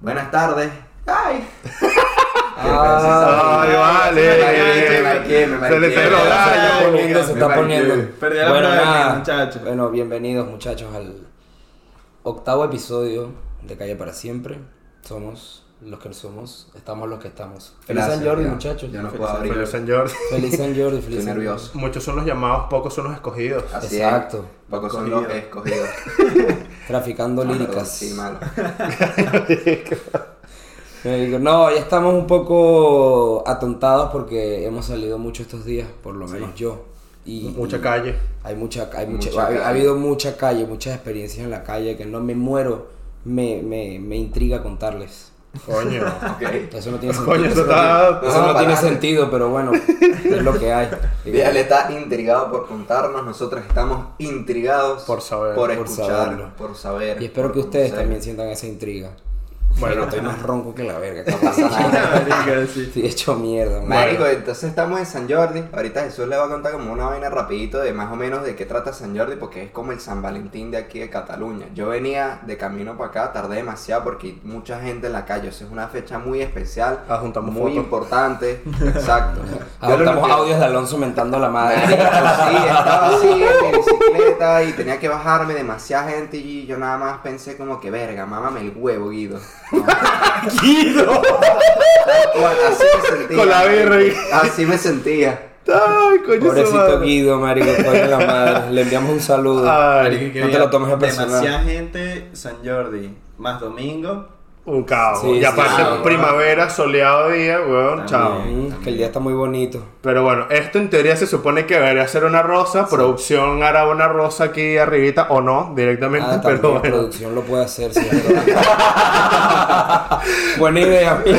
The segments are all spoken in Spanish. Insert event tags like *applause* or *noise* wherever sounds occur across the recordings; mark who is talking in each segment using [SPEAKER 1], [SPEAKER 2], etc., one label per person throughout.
[SPEAKER 1] Buenas tardes.
[SPEAKER 2] *laughs*
[SPEAKER 1] ¡Ay!
[SPEAKER 3] Ay, vale.
[SPEAKER 1] Me marqué, me marqué,
[SPEAKER 3] Se le
[SPEAKER 1] me
[SPEAKER 3] cerró
[SPEAKER 1] marqué.
[SPEAKER 3] la-
[SPEAKER 1] Ay,
[SPEAKER 3] ya,
[SPEAKER 2] poniendo, se
[SPEAKER 1] me
[SPEAKER 2] está
[SPEAKER 1] marqué.
[SPEAKER 2] poniendo.
[SPEAKER 4] Perdí la
[SPEAKER 2] bueno,
[SPEAKER 4] prueba,
[SPEAKER 2] nada.
[SPEAKER 4] muchachos.
[SPEAKER 2] Bueno, bienvenidos muchachos al octavo episodio de Calle para Siempre. Somos los que somos, estamos los que estamos. Feliz
[SPEAKER 1] Gracias,
[SPEAKER 2] San Jordi,
[SPEAKER 1] ya.
[SPEAKER 2] muchachos.
[SPEAKER 1] Yo no puedo
[SPEAKER 3] Feliz-
[SPEAKER 1] abrir.
[SPEAKER 3] Feliz
[SPEAKER 1] Estoy
[SPEAKER 3] San Jordi.
[SPEAKER 2] Feliz
[SPEAKER 1] *laughs*
[SPEAKER 2] San Jordi, feliz San Jordi.
[SPEAKER 1] nervioso.
[SPEAKER 3] Muchos son los llamados, pocos son los escogidos.
[SPEAKER 1] Así es.
[SPEAKER 2] Exacto.
[SPEAKER 1] Pocos son los escogidos.
[SPEAKER 2] Traficando
[SPEAKER 1] Perdón,
[SPEAKER 2] líricas.
[SPEAKER 1] Sí, malo.
[SPEAKER 2] Eh, digo, No, ya estamos un poco atontados porque hemos salido mucho estos días, por lo menos yo. Y,
[SPEAKER 3] Mucha
[SPEAKER 2] y
[SPEAKER 3] calle.
[SPEAKER 2] Hay mucha, hay mucha,
[SPEAKER 1] Mucha
[SPEAKER 2] ha-
[SPEAKER 1] calle.
[SPEAKER 2] ha habido mucha calle, muchas experiencias en la calle que no me muero, me, me, me intriga contarles. *laughs*
[SPEAKER 3] Coño.
[SPEAKER 1] Ok.
[SPEAKER 2] Eso no tiene sentido.
[SPEAKER 3] *laughs* Coño, eso
[SPEAKER 2] eso no,
[SPEAKER 3] está.
[SPEAKER 2] eso no
[SPEAKER 1] No,
[SPEAKER 2] tiene
[SPEAKER 1] parate.
[SPEAKER 2] sentido, pero bueno, *laughs* es lo que hay. Digo,
[SPEAKER 1] Él está intrigado por contarnos, nosotros estamos intrigados
[SPEAKER 3] Por saber,
[SPEAKER 1] por
[SPEAKER 2] por
[SPEAKER 1] escuchar,
[SPEAKER 2] saberlo.
[SPEAKER 1] por saber.
[SPEAKER 2] y espero
[SPEAKER 1] por
[SPEAKER 2] que ustedes
[SPEAKER 1] conocer.
[SPEAKER 2] también sientan esa intriga. Bueno,
[SPEAKER 3] Bueno,
[SPEAKER 2] estoy más ronco que la verga.
[SPEAKER 1] No pasa nada.
[SPEAKER 4] Marica, sí.
[SPEAKER 2] Estoy hecho mierda, man.
[SPEAKER 1] Marico, entonces estamos en San Jordi. Ahorita Jesús le va a contar como una vaina rapidito de más o menos de qué trata San Jordi, porque es como el San Valentín de aquí de Cataluña. Yo venía de camino para acá, tardé demasiado porque hay mucha gente en la calle. O sea, es una fecha muy especial,
[SPEAKER 3] Adjuntamos
[SPEAKER 1] muy
[SPEAKER 3] fotos.
[SPEAKER 1] importante. Exacto. Yo lo
[SPEAKER 2] Adoptamos
[SPEAKER 1] único-
[SPEAKER 2] audios de Alonso mentando la madre.
[SPEAKER 1] Marico, sí, estaba
[SPEAKER 3] *laughs*
[SPEAKER 1] así en mi bicicleta y tenía que bajarme demasiada gente y yo nada más pensé como que verga, mámame el huevo, Guido. No.
[SPEAKER 3] *laughs* ¡Guido!
[SPEAKER 1] Igual, Así me sentía.
[SPEAKER 3] Con la birra.
[SPEAKER 1] Así me sentía.
[SPEAKER 3] ¡Ay, coño, su
[SPEAKER 2] *laughs* Pobrecito
[SPEAKER 3] madre!
[SPEAKER 2] Guido, marico, coño la madre. Le enviamos un saludo.
[SPEAKER 3] Ay,
[SPEAKER 4] Marica, que
[SPEAKER 2] no te
[SPEAKER 4] había
[SPEAKER 2] lo tomes a personal.
[SPEAKER 4] Demasiada gente, San Jordi, más domingo.
[SPEAKER 3] un caos.
[SPEAKER 2] Sí,
[SPEAKER 3] y
[SPEAKER 2] sí,
[SPEAKER 3] aparte,
[SPEAKER 4] sí.
[SPEAKER 3] primavera, soleado día, weón,
[SPEAKER 4] También.
[SPEAKER 3] chao.
[SPEAKER 2] Mm, que el día está muy bonito.
[SPEAKER 3] Pero bueno, esto en teoría se supone que debería ser una rosa. Producción hará una rosa aquí arribita o no, directamente.
[SPEAKER 2] Ah, también
[SPEAKER 3] pero bueno.
[SPEAKER 2] producción lo puede hacer, sí, es
[SPEAKER 3] *laughs*
[SPEAKER 2] verdad. Buena idea, amigo.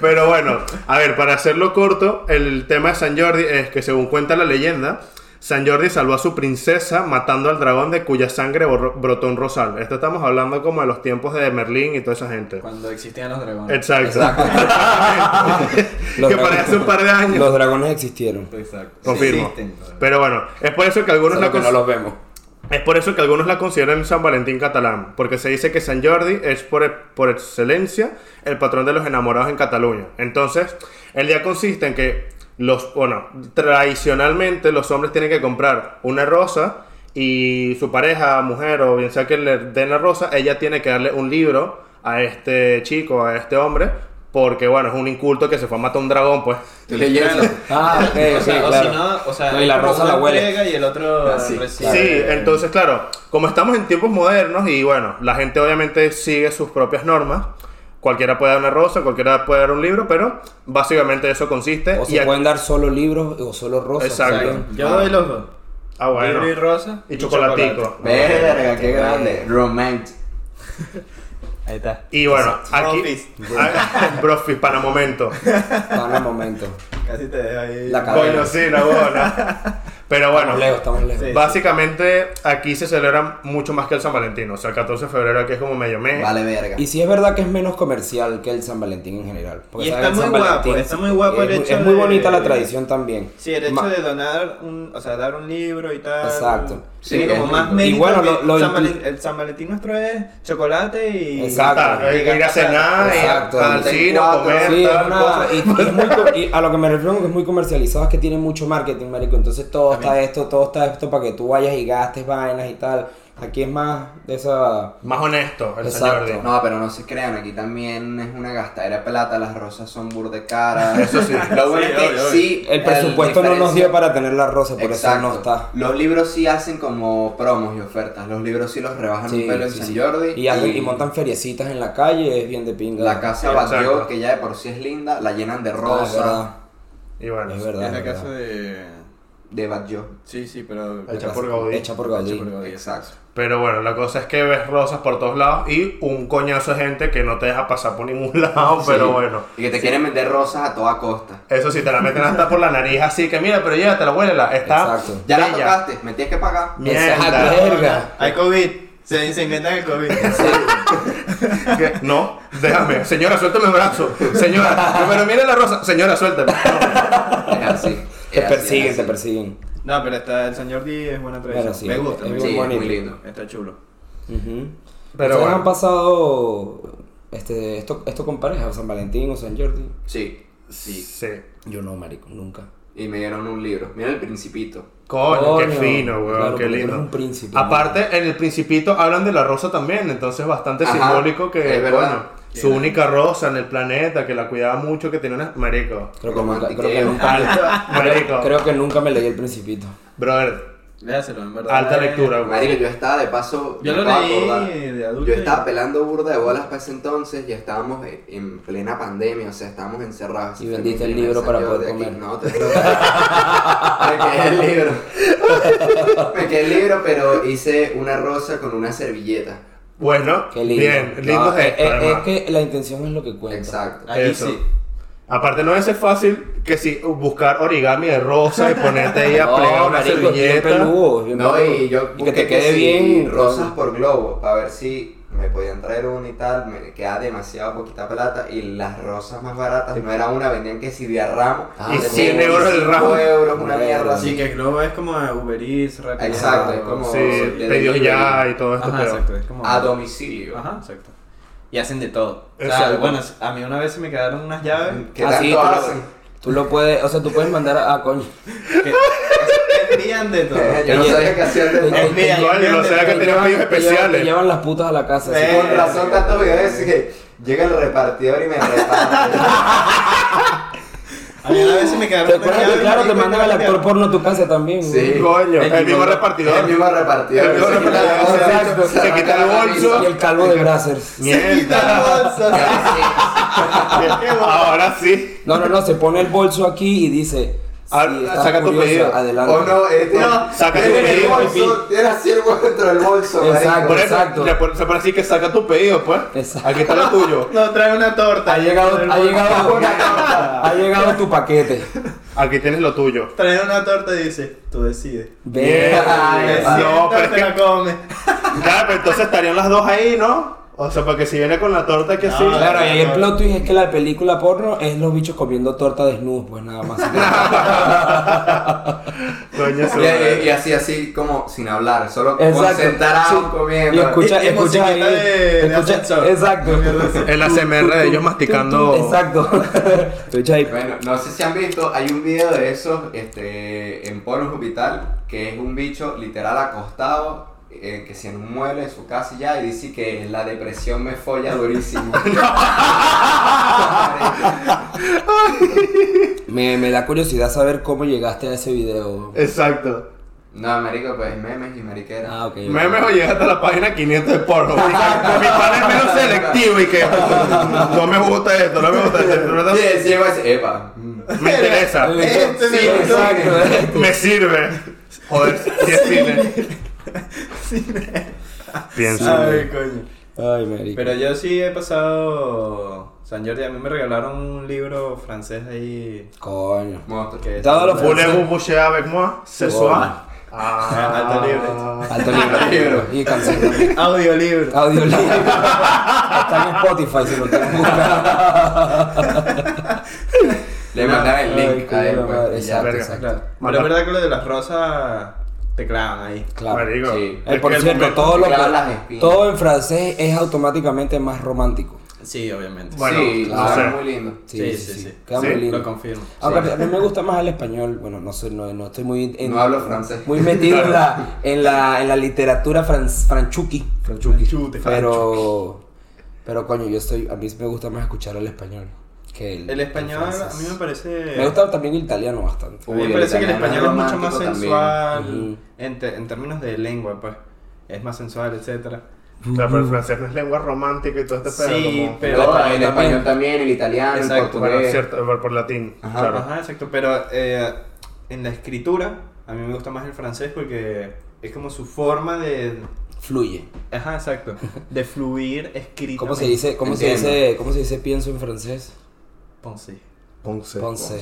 [SPEAKER 3] Pero bueno, a ver, para hacerlo corto, el tema de San Jordi es que según cuenta la leyenda, San Jordi salvó a su princesa matando al dragón de cuya sangre borro- brotó un rosal. Esto estamos hablando como de los tiempos de Merlín y toda esa gente.
[SPEAKER 4] Cuando existían los dragones.
[SPEAKER 3] Exacto.
[SPEAKER 2] Los
[SPEAKER 3] *laughs* que
[SPEAKER 2] dragones-
[SPEAKER 3] para hace un par de años.
[SPEAKER 2] Los dragones existieron.
[SPEAKER 4] Exacto. Sí
[SPEAKER 3] Confirmo.
[SPEAKER 4] existen, pero-
[SPEAKER 3] Pero bueno, es por eso que algunos
[SPEAKER 2] solo
[SPEAKER 3] la
[SPEAKER 2] que
[SPEAKER 3] cons-
[SPEAKER 2] no los vemos.
[SPEAKER 3] Es por eso que algunos la consideran el San Valentín catalán, porque se dice que San Jordi es por, e-, por excelencia el patrón de los enamorados en Cataluña. Entonces, el día consiste en que los, bueno, tradicionalmente los hombres tienen que comprar una rosa y su pareja, mujer o bien sea que le den la rosa, ella tiene que darle un libro a este chico, a este hombre, porque bueno, es un inculto que se fue a matar a un dragón, pues.
[SPEAKER 4] Leyendo.
[SPEAKER 2] Ah, ok,
[SPEAKER 4] o
[SPEAKER 2] ok,
[SPEAKER 4] sea, o si
[SPEAKER 2] claro.
[SPEAKER 4] no, o sea,
[SPEAKER 2] No, y la
[SPEAKER 4] como
[SPEAKER 2] rosa
[SPEAKER 4] uno
[SPEAKER 2] la huele.
[SPEAKER 4] entrega Y el otro
[SPEAKER 1] Ah, sí,
[SPEAKER 4] recibe.
[SPEAKER 3] Sí, entonces claro, como estamos en tiempos modernos y bueno, la gente obviamente sigue sus propias normas. Cualquiera puede dar una rosa, cualquiera puede dar un libro, pero básicamente eso consiste.
[SPEAKER 2] O
[SPEAKER 3] y
[SPEAKER 2] se
[SPEAKER 3] a-
[SPEAKER 2] pueden dar solo libros o solo rosas.
[SPEAKER 3] Exacto.
[SPEAKER 2] también.
[SPEAKER 4] Yo doy los dos.
[SPEAKER 3] Ah, bueno.
[SPEAKER 4] Libro y rosa.
[SPEAKER 3] Y chocolatico.
[SPEAKER 4] chocolate.
[SPEAKER 1] Verga, qué grande. Romance.
[SPEAKER 4] Ahí está.
[SPEAKER 3] Y bueno,
[SPEAKER 4] Exacto.
[SPEAKER 3] aquí.
[SPEAKER 4] Brofist.
[SPEAKER 3] Ah, *laughs* Brofist, para momento.
[SPEAKER 2] Para un momento.
[SPEAKER 4] Casi te dejo ahí.
[SPEAKER 2] La cadena.
[SPEAKER 3] Coño, sí, la buena. Pero bueno,
[SPEAKER 2] Estamos lejos, estamos lejos.
[SPEAKER 4] Sí.
[SPEAKER 3] básicamente aquí se celebra mucho más que el San Valentín. O sea, el 14 de febrero aquí es como medio mes.
[SPEAKER 1] Vale, verga.
[SPEAKER 2] Y sí es verdad que es menos comercial que el San Valentín en general. porque
[SPEAKER 4] Y
[SPEAKER 2] sabes,
[SPEAKER 4] está
[SPEAKER 2] el San
[SPEAKER 4] muy guapo,
[SPEAKER 2] Valentín
[SPEAKER 4] está muy guapo el
[SPEAKER 2] es,
[SPEAKER 4] hecho
[SPEAKER 2] es muy
[SPEAKER 4] de-
[SPEAKER 2] bonita la tradición también.
[SPEAKER 4] Sí, el hecho
[SPEAKER 2] Ma-
[SPEAKER 4] de donar un, o sea, dar un libro y tal.
[SPEAKER 2] Exacto.
[SPEAKER 4] Sí,
[SPEAKER 1] Sí,
[SPEAKER 4] como
[SPEAKER 1] es
[SPEAKER 4] más
[SPEAKER 1] lindo.
[SPEAKER 4] mérito
[SPEAKER 2] Y bueno,
[SPEAKER 4] que
[SPEAKER 2] lo- lo
[SPEAKER 4] San
[SPEAKER 2] inclu-
[SPEAKER 4] Valen- el San Valentín nuestro es chocolate y
[SPEAKER 2] Exacto.
[SPEAKER 3] Está, hay que ir a cenar, y
[SPEAKER 2] Exacto.
[SPEAKER 3] al cine, a
[SPEAKER 1] Cuatro,
[SPEAKER 3] comer,
[SPEAKER 2] Sí, es
[SPEAKER 3] tal
[SPEAKER 2] una-
[SPEAKER 3] cosa.
[SPEAKER 2] y, y es muy co- y a lo que me refiero con que es muy comercializado es que tiene mucho marketing, marico. Entonces todo está esto, todo está esto para que tú vayas y gastes vainas y tal. Aquí es más de esa.
[SPEAKER 3] Más honesto, el
[SPEAKER 2] Exacto.
[SPEAKER 3] San Jordi.
[SPEAKER 1] No, pero no se crean, aquí también es una gastadera de plata, las rosas son burde caras.
[SPEAKER 3] Eso *laughs* sí.
[SPEAKER 1] Lo bueno
[SPEAKER 4] Sí,
[SPEAKER 1] es que
[SPEAKER 4] obvio, obvio.
[SPEAKER 1] sí.
[SPEAKER 2] El presupuesto no nos dio
[SPEAKER 1] diferencia-
[SPEAKER 2] para tener la rosa, por
[SPEAKER 1] Exacto.
[SPEAKER 2] eso no está.
[SPEAKER 1] Los libros sí hacen como promos y ofertas. Los libros sí los rebajan
[SPEAKER 2] Sí,
[SPEAKER 1] un pelo en
[SPEAKER 2] sí,
[SPEAKER 1] San
[SPEAKER 2] sí.
[SPEAKER 1] Jordi.
[SPEAKER 2] Y, hacen- y montan feriecitas en la calle, es bien de pinga.
[SPEAKER 1] La casa
[SPEAKER 3] Exacto.
[SPEAKER 1] Batlló, que ya de por sí es linda, la llenan de
[SPEAKER 2] Ah, es
[SPEAKER 1] rosa.
[SPEAKER 2] verdad,
[SPEAKER 3] Y bueno,
[SPEAKER 2] es
[SPEAKER 4] Es
[SPEAKER 2] verdad.
[SPEAKER 4] la
[SPEAKER 2] es
[SPEAKER 4] casa
[SPEAKER 2] verdad.
[SPEAKER 4] de.
[SPEAKER 1] de Batlló.
[SPEAKER 4] Sí, sí, pero.
[SPEAKER 3] Hecha
[SPEAKER 2] La
[SPEAKER 3] por
[SPEAKER 2] casa-
[SPEAKER 3] Gaudí.
[SPEAKER 2] Hecha por Gaudí.
[SPEAKER 4] Hecha por Gaudí.
[SPEAKER 1] Exacto.
[SPEAKER 3] pero bueno, la cosa es que ves rosas por todos lados y un coñazo de gente que no te deja pasar por ningún *laughs* lado, pero
[SPEAKER 1] Sí.
[SPEAKER 3] bueno.
[SPEAKER 1] Y que te quieren vender rosas a toda costa.
[SPEAKER 3] Eso sí, te la meten hasta por la nariz, así que mira, pero llévatela, huélela. Está
[SPEAKER 2] Exacto.
[SPEAKER 1] Ya la
[SPEAKER 3] bella.
[SPEAKER 1] tocaste, me tienes que pagar.
[SPEAKER 2] Exacto,
[SPEAKER 3] Mierda.
[SPEAKER 2] *laughs* verga.
[SPEAKER 4] Hay COVID. Se, se inventan el COVID.
[SPEAKER 3] ¿Qué? No, déjame. Señora, suéltame el brazo. Señora, pero mire la rosa.
[SPEAKER 2] *laughs*
[SPEAKER 3] Señora, suéltame.
[SPEAKER 1] Es así.
[SPEAKER 2] Te
[SPEAKER 1] es así,
[SPEAKER 2] persiguen,
[SPEAKER 1] es
[SPEAKER 2] te
[SPEAKER 1] así.
[SPEAKER 2] persiguen.
[SPEAKER 4] No, pero está, el San Jordi es buena tradición.
[SPEAKER 2] Bueno, sí,
[SPEAKER 4] me gusta,
[SPEAKER 2] es
[SPEAKER 4] me
[SPEAKER 2] bien
[SPEAKER 1] Sí,
[SPEAKER 4] gusta.
[SPEAKER 1] es muy
[SPEAKER 2] bonito.
[SPEAKER 1] lindo.
[SPEAKER 4] Está chulo.
[SPEAKER 2] Ujú.
[SPEAKER 3] Pero
[SPEAKER 2] ¿Ustedes
[SPEAKER 3] bueno.
[SPEAKER 2] han pasado Este, esto, esto con pareja, o San Valentín o San Jordi.
[SPEAKER 1] Sí, sí.
[SPEAKER 3] Sí.
[SPEAKER 2] Yo no, marico, nunca.
[SPEAKER 1] Y me dieron un libro. Mira el principito.
[SPEAKER 3] Coño, qué
[SPEAKER 2] Coño.
[SPEAKER 3] fino, weón,
[SPEAKER 2] Claro,
[SPEAKER 3] qué
[SPEAKER 2] porque tú
[SPEAKER 3] lindo.
[SPEAKER 2] eres un príncipe,
[SPEAKER 3] Aparte, en el Principito hablan de la rosa también, entonces bastante
[SPEAKER 1] Ajá,
[SPEAKER 3] simbólico que,
[SPEAKER 1] es verdad.
[SPEAKER 3] coño, su única rosa en el planeta, que la cuidaba mucho, que tenía una... Marico.
[SPEAKER 2] Creo que nunca, creo que
[SPEAKER 1] *laughs* Romantiqueo.
[SPEAKER 2] nunca,
[SPEAKER 3] Marico.
[SPEAKER 2] *laughs* creo que nunca me leí el principito.
[SPEAKER 3] Brother,
[SPEAKER 4] Léaselo, en verdad.
[SPEAKER 3] alta
[SPEAKER 4] Eh,
[SPEAKER 3] lectura, weón.
[SPEAKER 1] Marico, yo estaba de paso.
[SPEAKER 4] Yo
[SPEAKER 1] me
[SPEAKER 4] lo
[SPEAKER 1] acabo de
[SPEAKER 4] leí
[SPEAKER 1] acordar.
[SPEAKER 4] de adulto
[SPEAKER 1] Yo
[SPEAKER 4] y-
[SPEAKER 1] estaba pelando burda de bolas para ese entonces. Ya estábamos en- en plena pandemia, o sea, estábamos encerrados.
[SPEAKER 2] Y vendiste el libro para
[SPEAKER 1] Yo de
[SPEAKER 2] poder
[SPEAKER 1] aquí-
[SPEAKER 2] comer.
[SPEAKER 1] No, te *laughs* Me quedé el libro. *laughs* Me quedé el libro, pero hice una rosa con una servilleta.
[SPEAKER 3] Bueno,
[SPEAKER 2] Qué lindo.
[SPEAKER 3] Pues, bien,
[SPEAKER 2] No,
[SPEAKER 3] lindo
[SPEAKER 2] es,
[SPEAKER 3] gesto,
[SPEAKER 2] es- es
[SPEAKER 3] además.
[SPEAKER 2] que la intención es lo que cuenta.
[SPEAKER 1] Exacto.
[SPEAKER 4] Ahí
[SPEAKER 3] Eso.
[SPEAKER 4] sí.
[SPEAKER 3] Aparte no es fácil que si buscar origami de rosa y ponerte ahí
[SPEAKER 2] *laughs*
[SPEAKER 3] a
[SPEAKER 2] No,
[SPEAKER 3] plegar una
[SPEAKER 2] marico, es bien
[SPEAKER 3] servilleta.
[SPEAKER 2] peludo, es bien
[SPEAKER 1] No,
[SPEAKER 2] peludo.
[SPEAKER 1] y yo
[SPEAKER 2] que te
[SPEAKER 1] busqué
[SPEAKER 2] quede
[SPEAKER 1] sí,
[SPEAKER 2] bien.
[SPEAKER 1] Rosas por globo, para ver si me podían traer una y tal. Me queda demasiado poquita plata. Y las rosas más baratas, no era una, vendían que si de a ramo.
[SPEAKER 2] Y
[SPEAKER 1] de
[SPEAKER 3] 100 euros el
[SPEAKER 1] 25
[SPEAKER 3] ramo.
[SPEAKER 1] euros, una mierda
[SPEAKER 4] Así
[SPEAKER 1] así.
[SPEAKER 4] que Globo es como Uber Eats, Rappi.
[SPEAKER 1] Exacto,
[SPEAKER 4] Ajá,
[SPEAKER 1] es como-
[SPEAKER 3] Sí,
[SPEAKER 1] de
[SPEAKER 3] pedidos
[SPEAKER 1] delivery.
[SPEAKER 3] ya y todo esto,
[SPEAKER 4] Ajá,
[SPEAKER 3] pero...
[SPEAKER 4] exacto, es como...
[SPEAKER 1] A domicilio.
[SPEAKER 4] Ajá, exacto. Y hacen de todo. O sea,
[SPEAKER 3] Exacto.
[SPEAKER 4] bueno, a mí una vez se me quedaron unas llaves
[SPEAKER 1] Que
[SPEAKER 2] Así,
[SPEAKER 1] tanto
[SPEAKER 2] claro.
[SPEAKER 1] hacen.
[SPEAKER 2] Tú lo puedes, o sea, tú puedes mandar a, a coño.
[SPEAKER 4] que envían de todo.
[SPEAKER 1] *laughs* Yo no sabía qué hacían de
[SPEAKER 2] Ey,
[SPEAKER 1] todo.
[SPEAKER 4] Envían,
[SPEAKER 3] Coño,
[SPEAKER 4] envían
[SPEAKER 3] o
[SPEAKER 4] de
[SPEAKER 3] sea,
[SPEAKER 4] todo.
[SPEAKER 3] que
[SPEAKER 2] Te
[SPEAKER 3] tenía
[SPEAKER 2] llevan-
[SPEAKER 3] amigos
[SPEAKER 2] te llevan-
[SPEAKER 3] especiales.
[SPEAKER 2] Te llevan las putas a la casa. así
[SPEAKER 4] Eh,
[SPEAKER 2] como-
[SPEAKER 1] Con razón tantos videos así que llega el repartidor y me reparte.
[SPEAKER 4] A mí una vez se me
[SPEAKER 2] ¿Te
[SPEAKER 4] quedaron unas
[SPEAKER 2] acuerdas
[SPEAKER 4] llaves.
[SPEAKER 2] que claro, te
[SPEAKER 4] marico, y
[SPEAKER 2] mandan al
[SPEAKER 4] me
[SPEAKER 2] actor
[SPEAKER 4] las
[SPEAKER 2] porno a tu casa también?
[SPEAKER 1] Sí.
[SPEAKER 2] güey?
[SPEAKER 3] Coño, el,
[SPEAKER 4] El
[SPEAKER 1] *laughs*
[SPEAKER 3] mismo
[SPEAKER 4] mismo-
[SPEAKER 1] El
[SPEAKER 3] repartidor.
[SPEAKER 1] mismo repartidor.
[SPEAKER 3] El mismo
[SPEAKER 1] Se quita la
[SPEAKER 3] repartidor,
[SPEAKER 1] bolsa,
[SPEAKER 2] exacto.
[SPEAKER 3] Se quita el
[SPEAKER 1] arranca la
[SPEAKER 3] bolso.
[SPEAKER 1] camisa.
[SPEAKER 2] Y el calvo de Brazzers.
[SPEAKER 4] dieron. Se quita
[SPEAKER 3] Mierda.
[SPEAKER 4] la bolsa.
[SPEAKER 1] Ya,
[SPEAKER 3] Ahora sí.
[SPEAKER 2] No, no, no, se pone el bolso aquí y dice. si
[SPEAKER 3] Ah,
[SPEAKER 2] estás
[SPEAKER 3] saca tu
[SPEAKER 2] curiosa,
[SPEAKER 3] pedido.
[SPEAKER 1] sí.
[SPEAKER 2] Adelante.
[SPEAKER 1] O no, este,
[SPEAKER 3] No, saca
[SPEAKER 1] tiene
[SPEAKER 3] tu
[SPEAKER 1] el
[SPEAKER 3] pedido,
[SPEAKER 1] bolso, tiene así el bolso dentro del bolso. marico.
[SPEAKER 2] Exacto.
[SPEAKER 3] Por eso,
[SPEAKER 2] Exacto.
[SPEAKER 3] le pon- se pone así que saca tu pedido, pues.
[SPEAKER 2] Exacto.
[SPEAKER 3] Aquí está lo tuyo.
[SPEAKER 4] No, trae una torta.
[SPEAKER 2] Ha llegado,
[SPEAKER 4] Trae
[SPEAKER 2] ha
[SPEAKER 4] una-
[SPEAKER 2] llegado, *laughs*
[SPEAKER 1] Una torta.
[SPEAKER 2] ha llegado tu paquete.
[SPEAKER 3] Aquí tienes lo tuyo.
[SPEAKER 4] Trae una torta y dice, tú decides.
[SPEAKER 2] Ve.
[SPEAKER 1] Ay,
[SPEAKER 4] Te
[SPEAKER 1] padre.
[SPEAKER 3] No,
[SPEAKER 4] sientas,
[SPEAKER 3] pero es
[SPEAKER 4] te
[SPEAKER 3] que-
[SPEAKER 4] la
[SPEAKER 2] *laughs*
[SPEAKER 4] comes.
[SPEAKER 3] Claro, pero entonces estarían las dos ahí, ¿no? O sea, porque si viene con la torta que así.
[SPEAKER 4] No,
[SPEAKER 2] Claro, y el plot twist es que la película porno es los bichos comiendo torta desnudos, pues nada más.
[SPEAKER 3] Coño, su
[SPEAKER 1] Y,
[SPEAKER 3] madre.
[SPEAKER 1] y- y así, así como sin hablar, solo
[SPEAKER 2] Exacto.
[SPEAKER 1] concentrado
[SPEAKER 2] Sí.
[SPEAKER 1] comiendo.
[SPEAKER 2] Y escucha,
[SPEAKER 4] Y- y
[SPEAKER 2] escucha ahí.
[SPEAKER 4] musiquita de- de
[SPEAKER 2] escucha-
[SPEAKER 4] ascensor.
[SPEAKER 2] exacto. *laughs*
[SPEAKER 3] El ASMR de ellos masticando.
[SPEAKER 2] Exacto. *laughs* Escucha ahí.
[SPEAKER 1] Bueno, no sé si han visto, hay un video de esos este, en Pornhub Hospital, que es un bicho literal acostado, eh, que se en un mueble en su casa y ya, y dice que la depresión me folla durísimo.
[SPEAKER 2] Me, me da curiosidad saber cómo llegaste a ese video.
[SPEAKER 3] Eh, Exacto.
[SPEAKER 1] no, marico, pues memes y mariquera.
[SPEAKER 2] Ah, ok.
[SPEAKER 3] Me mejor llegaste a la página 500 de
[SPEAKER 2] *laughs*
[SPEAKER 3] porno. Mi padre es menos selectivo y que no me gusta esto, no me gusta esto. no me gusta
[SPEAKER 1] Sí,
[SPEAKER 3] esto.
[SPEAKER 1] sí, sí, pues, epa.
[SPEAKER 3] Me interesa,
[SPEAKER 1] Este
[SPEAKER 2] Sí,
[SPEAKER 1] me gustó.
[SPEAKER 2] exacto.
[SPEAKER 3] *laughs* me sirve. Joder, si es cine. Pienso.
[SPEAKER 4] Ay, coño.
[SPEAKER 2] Ay, marico.
[SPEAKER 4] Pero yo sí he pasado. San Jordi, a mí me regalaron un libro francés ahí.
[SPEAKER 2] Coño.
[SPEAKER 1] Monstruo.
[SPEAKER 4] Que
[SPEAKER 2] Todos los
[SPEAKER 3] Voulez vous boucher avec moi ce soir? Ah.
[SPEAKER 4] Alto libre.
[SPEAKER 2] Alto libro. y canción.
[SPEAKER 4] Audiolibro.
[SPEAKER 2] Audio libro. Está en Spotify si lo quieren buscar.
[SPEAKER 1] Le mandaron el
[SPEAKER 2] Ay,
[SPEAKER 1] link
[SPEAKER 2] qué
[SPEAKER 1] a él,
[SPEAKER 2] buena
[SPEAKER 1] pues,
[SPEAKER 2] madre.
[SPEAKER 1] y ya.
[SPEAKER 2] Exacto,
[SPEAKER 3] verga.
[SPEAKER 2] exacto.
[SPEAKER 4] Claro. Pero es verdad que lo de las rosas te clavan ahí.
[SPEAKER 2] Claro.
[SPEAKER 3] Marico.
[SPEAKER 1] Sí.
[SPEAKER 3] es
[SPEAKER 2] Eh, por
[SPEAKER 3] que el
[SPEAKER 2] cierto,
[SPEAKER 3] momento-
[SPEAKER 2] todo lo
[SPEAKER 1] clavan las
[SPEAKER 2] que,
[SPEAKER 1] espinas.
[SPEAKER 2] todo en francés es automáticamente más romántico.
[SPEAKER 4] Sí, obviamente.
[SPEAKER 3] Bueno,
[SPEAKER 1] sí,
[SPEAKER 3] no
[SPEAKER 1] claro,
[SPEAKER 3] sé.
[SPEAKER 1] muy lindo.
[SPEAKER 2] Sí, sí,
[SPEAKER 4] Sí,
[SPEAKER 2] sí.
[SPEAKER 4] sí, sí.
[SPEAKER 2] Queda
[SPEAKER 3] Sí,
[SPEAKER 2] muy
[SPEAKER 4] Lo
[SPEAKER 2] lindo.
[SPEAKER 4] confirmo.
[SPEAKER 2] Aunque
[SPEAKER 1] Sí.
[SPEAKER 2] a mí me gusta más el español, bueno, no soy, no, no estoy muy... en-
[SPEAKER 1] No hablo francés.
[SPEAKER 2] Muy metido en, la, en, la, en la literatura franz- franchuki.
[SPEAKER 4] Franchute,
[SPEAKER 2] Pero, pero coño, yo estoy, a mí me gusta más escuchar el español que el
[SPEAKER 4] El español
[SPEAKER 2] el francés.
[SPEAKER 4] a mí me parece.
[SPEAKER 2] Me gusta también el italiano bastante.
[SPEAKER 4] A mí
[SPEAKER 1] Uy,
[SPEAKER 4] me
[SPEAKER 1] el
[SPEAKER 4] parece que el
[SPEAKER 1] italiano
[SPEAKER 4] español es mucho más
[SPEAKER 1] romántico también.
[SPEAKER 4] sensual
[SPEAKER 2] Ujú.
[SPEAKER 4] en, te- en términos de lengua, pues. Es más sensual, etcétera.
[SPEAKER 3] O sea, pero el francés no es lengua romántica y todo este pedo.
[SPEAKER 4] Sí,
[SPEAKER 3] como-
[SPEAKER 4] pero-
[SPEAKER 1] No, el
[SPEAKER 4] el español también.
[SPEAKER 1] español también, el italiano, el
[SPEAKER 4] Exacto,
[SPEAKER 3] Bueno,
[SPEAKER 1] portugués.
[SPEAKER 3] cierto, eh, por, por latín.
[SPEAKER 1] Ajá,
[SPEAKER 2] Ah,
[SPEAKER 3] claro.
[SPEAKER 4] Ajá, exacto. Pero eh, en la escritura, a mí me gusta más el francés porque es como su forma de.
[SPEAKER 2] Fluye.
[SPEAKER 4] Ajá,
[SPEAKER 2] *laughs*
[SPEAKER 4] exacto. De fluir escrito.
[SPEAKER 2] ¿Cómo se dice, cómo se
[SPEAKER 1] Entiendo.
[SPEAKER 2] dice, cómo se dice pienso en francés?
[SPEAKER 3] Ponce.
[SPEAKER 2] Ponce.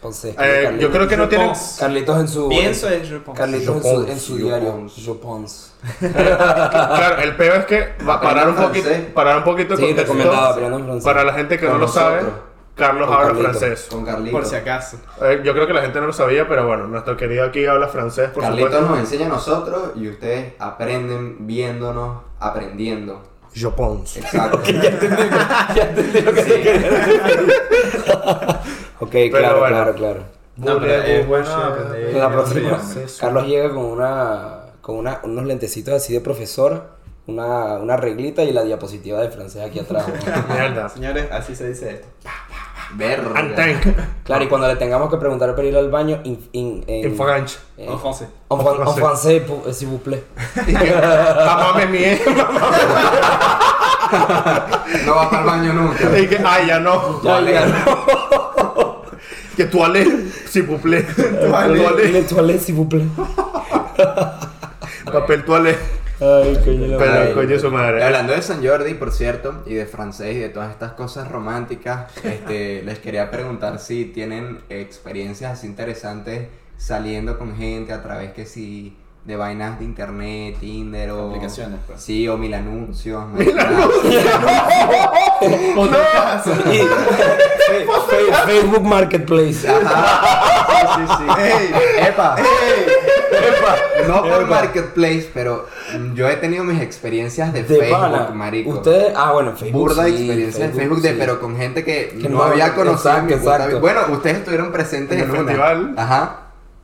[SPEAKER 2] Ponce.
[SPEAKER 3] Eh, yo creo que no tienen.
[SPEAKER 4] Pense.
[SPEAKER 2] Carlitos en su...
[SPEAKER 4] Pienso es reponse.
[SPEAKER 2] Carlitos en
[SPEAKER 3] Je
[SPEAKER 2] su,
[SPEAKER 3] pense,
[SPEAKER 2] en su
[SPEAKER 1] je
[SPEAKER 2] diario.
[SPEAKER 1] pense.
[SPEAKER 2] Yo pense.
[SPEAKER 3] Claro, el peor es que va a parar un poquito,
[SPEAKER 1] Francés.
[SPEAKER 3] parar un poquito
[SPEAKER 2] Sí,
[SPEAKER 3] el contexto.
[SPEAKER 2] recomendado, pero no en francés.
[SPEAKER 3] Para la gente que no
[SPEAKER 1] Con
[SPEAKER 3] lo sabe,
[SPEAKER 1] nosotros.
[SPEAKER 3] Carlos
[SPEAKER 2] Con
[SPEAKER 3] habla
[SPEAKER 2] Carlito.
[SPEAKER 3] francés.
[SPEAKER 1] Con Carlito.
[SPEAKER 4] Por si acaso.
[SPEAKER 3] Eh, yo creo que la gente no lo sabía, pero bueno, nuestro querido aquí habla francés, por
[SPEAKER 1] Carlitos
[SPEAKER 3] supuesto.
[SPEAKER 2] *laughs*
[SPEAKER 1] nos enseña a nosotros y ustedes aprenden viéndonos, aprendiendo.
[SPEAKER 3] Je pense.
[SPEAKER 1] Exacto.
[SPEAKER 2] ya entendí lo que te quería decir. Ok, claro,
[SPEAKER 3] bueno.
[SPEAKER 2] claro, claro.
[SPEAKER 4] No, pero es bueno aprender.
[SPEAKER 2] La
[SPEAKER 4] otro
[SPEAKER 2] próxima.
[SPEAKER 4] idioma.
[SPEAKER 2] Carlos llega con una con una, unos lentecitos así de profesor, una, una reglita y la diapositiva de francés aquí atrás. ¿no?
[SPEAKER 3] Mierda.
[SPEAKER 4] Señores, así se dice esto.
[SPEAKER 1] Verga.
[SPEAKER 3] Antank.
[SPEAKER 2] claro, y cuando le tengamos que preguntar para ir al baño, in, in- en-
[SPEAKER 3] Infaganch.
[SPEAKER 2] en-
[SPEAKER 4] En francés.
[SPEAKER 2] en
[SPEAKER 3] en
[SPEAKER 2] fran- en
[SPEAKER 3] francés.
[SPEAKER 2] francés, pu- s'il vous plaît.
[SPEAKER 3] Mamá me *laughs* mierda.
[SPEAKER 1] No vas para el baño nunca.
[SPEAKER 3] Y que, ay, ya no.
[SPEAKER 2] Ya, ya.
[SPEAKER 3] Que tú ale, si puple.
[SPEAKER 2] Le toilette, s'il vous plaît.
[SPEAKER 3] Papel tuale.
[SPEAKER 2] Ay, coño. la madre.
[SPEAKER 3] Pero coño su
[SPEAKER 1] Y
[SPEAKER 3] madre.
[SPEAKER 1] Hablando de San Jordi, por cierto, y de francés y de todas estas cosas románticas,
[SPEAKER 2] *laughs*
[SPEAKER 1] este, les quería preguntar si tienen experiencias así interesantes saliendo con gente a través que si de vainas de internet, Tinder o
[SPEAKER 4] Aplicaciones, pues.
[SPEAKER 1] Sí, o mil anuncios.
[SPEAKER 2] Fe- fe- Facebook Marketplace.
[SPEAKER 1] Ah, sí, sí, sí. ¡Epa! No por
[SPEAKER 2] Epa.
[SPEAKER 1] Marketplace, pero yo he tenido mis experiencias de,
[SPEAKER 2] De
[SPEAKER 1] Facebook,
[SPEAKER 2] pana.
[SPEAKER 1] marico.
[SPEAKER 2] Ustedes, ah, bueno, en Facebook.
[SPEAKER 1] burda de
[SPEAKER 2] sí,
[SPEAKER 1] experiencia en Facebook, de,
[SPEAKER 2] sí.
[SPEAKER 1] pero con gente que,
[SPEAKER 2] Que
[SPEAKER 1] no,
[SPEAKER 2] no,
[SPEAKER 1] había conocido en mi
[SPEAKER 2] exacto,
[SPEAKER 1] puta
[SPEAKER 2] exacto.
[SPEAKER 1] vida. Bueno, ustedes estuvieron presentes
[SPEAKER 3] En
[SPEAKER 1] en,
[SPEAKER 3] el
[SPEAKER 1] una.
[SPEAKER 3] festival.
[SPEAKER 1] Ajá.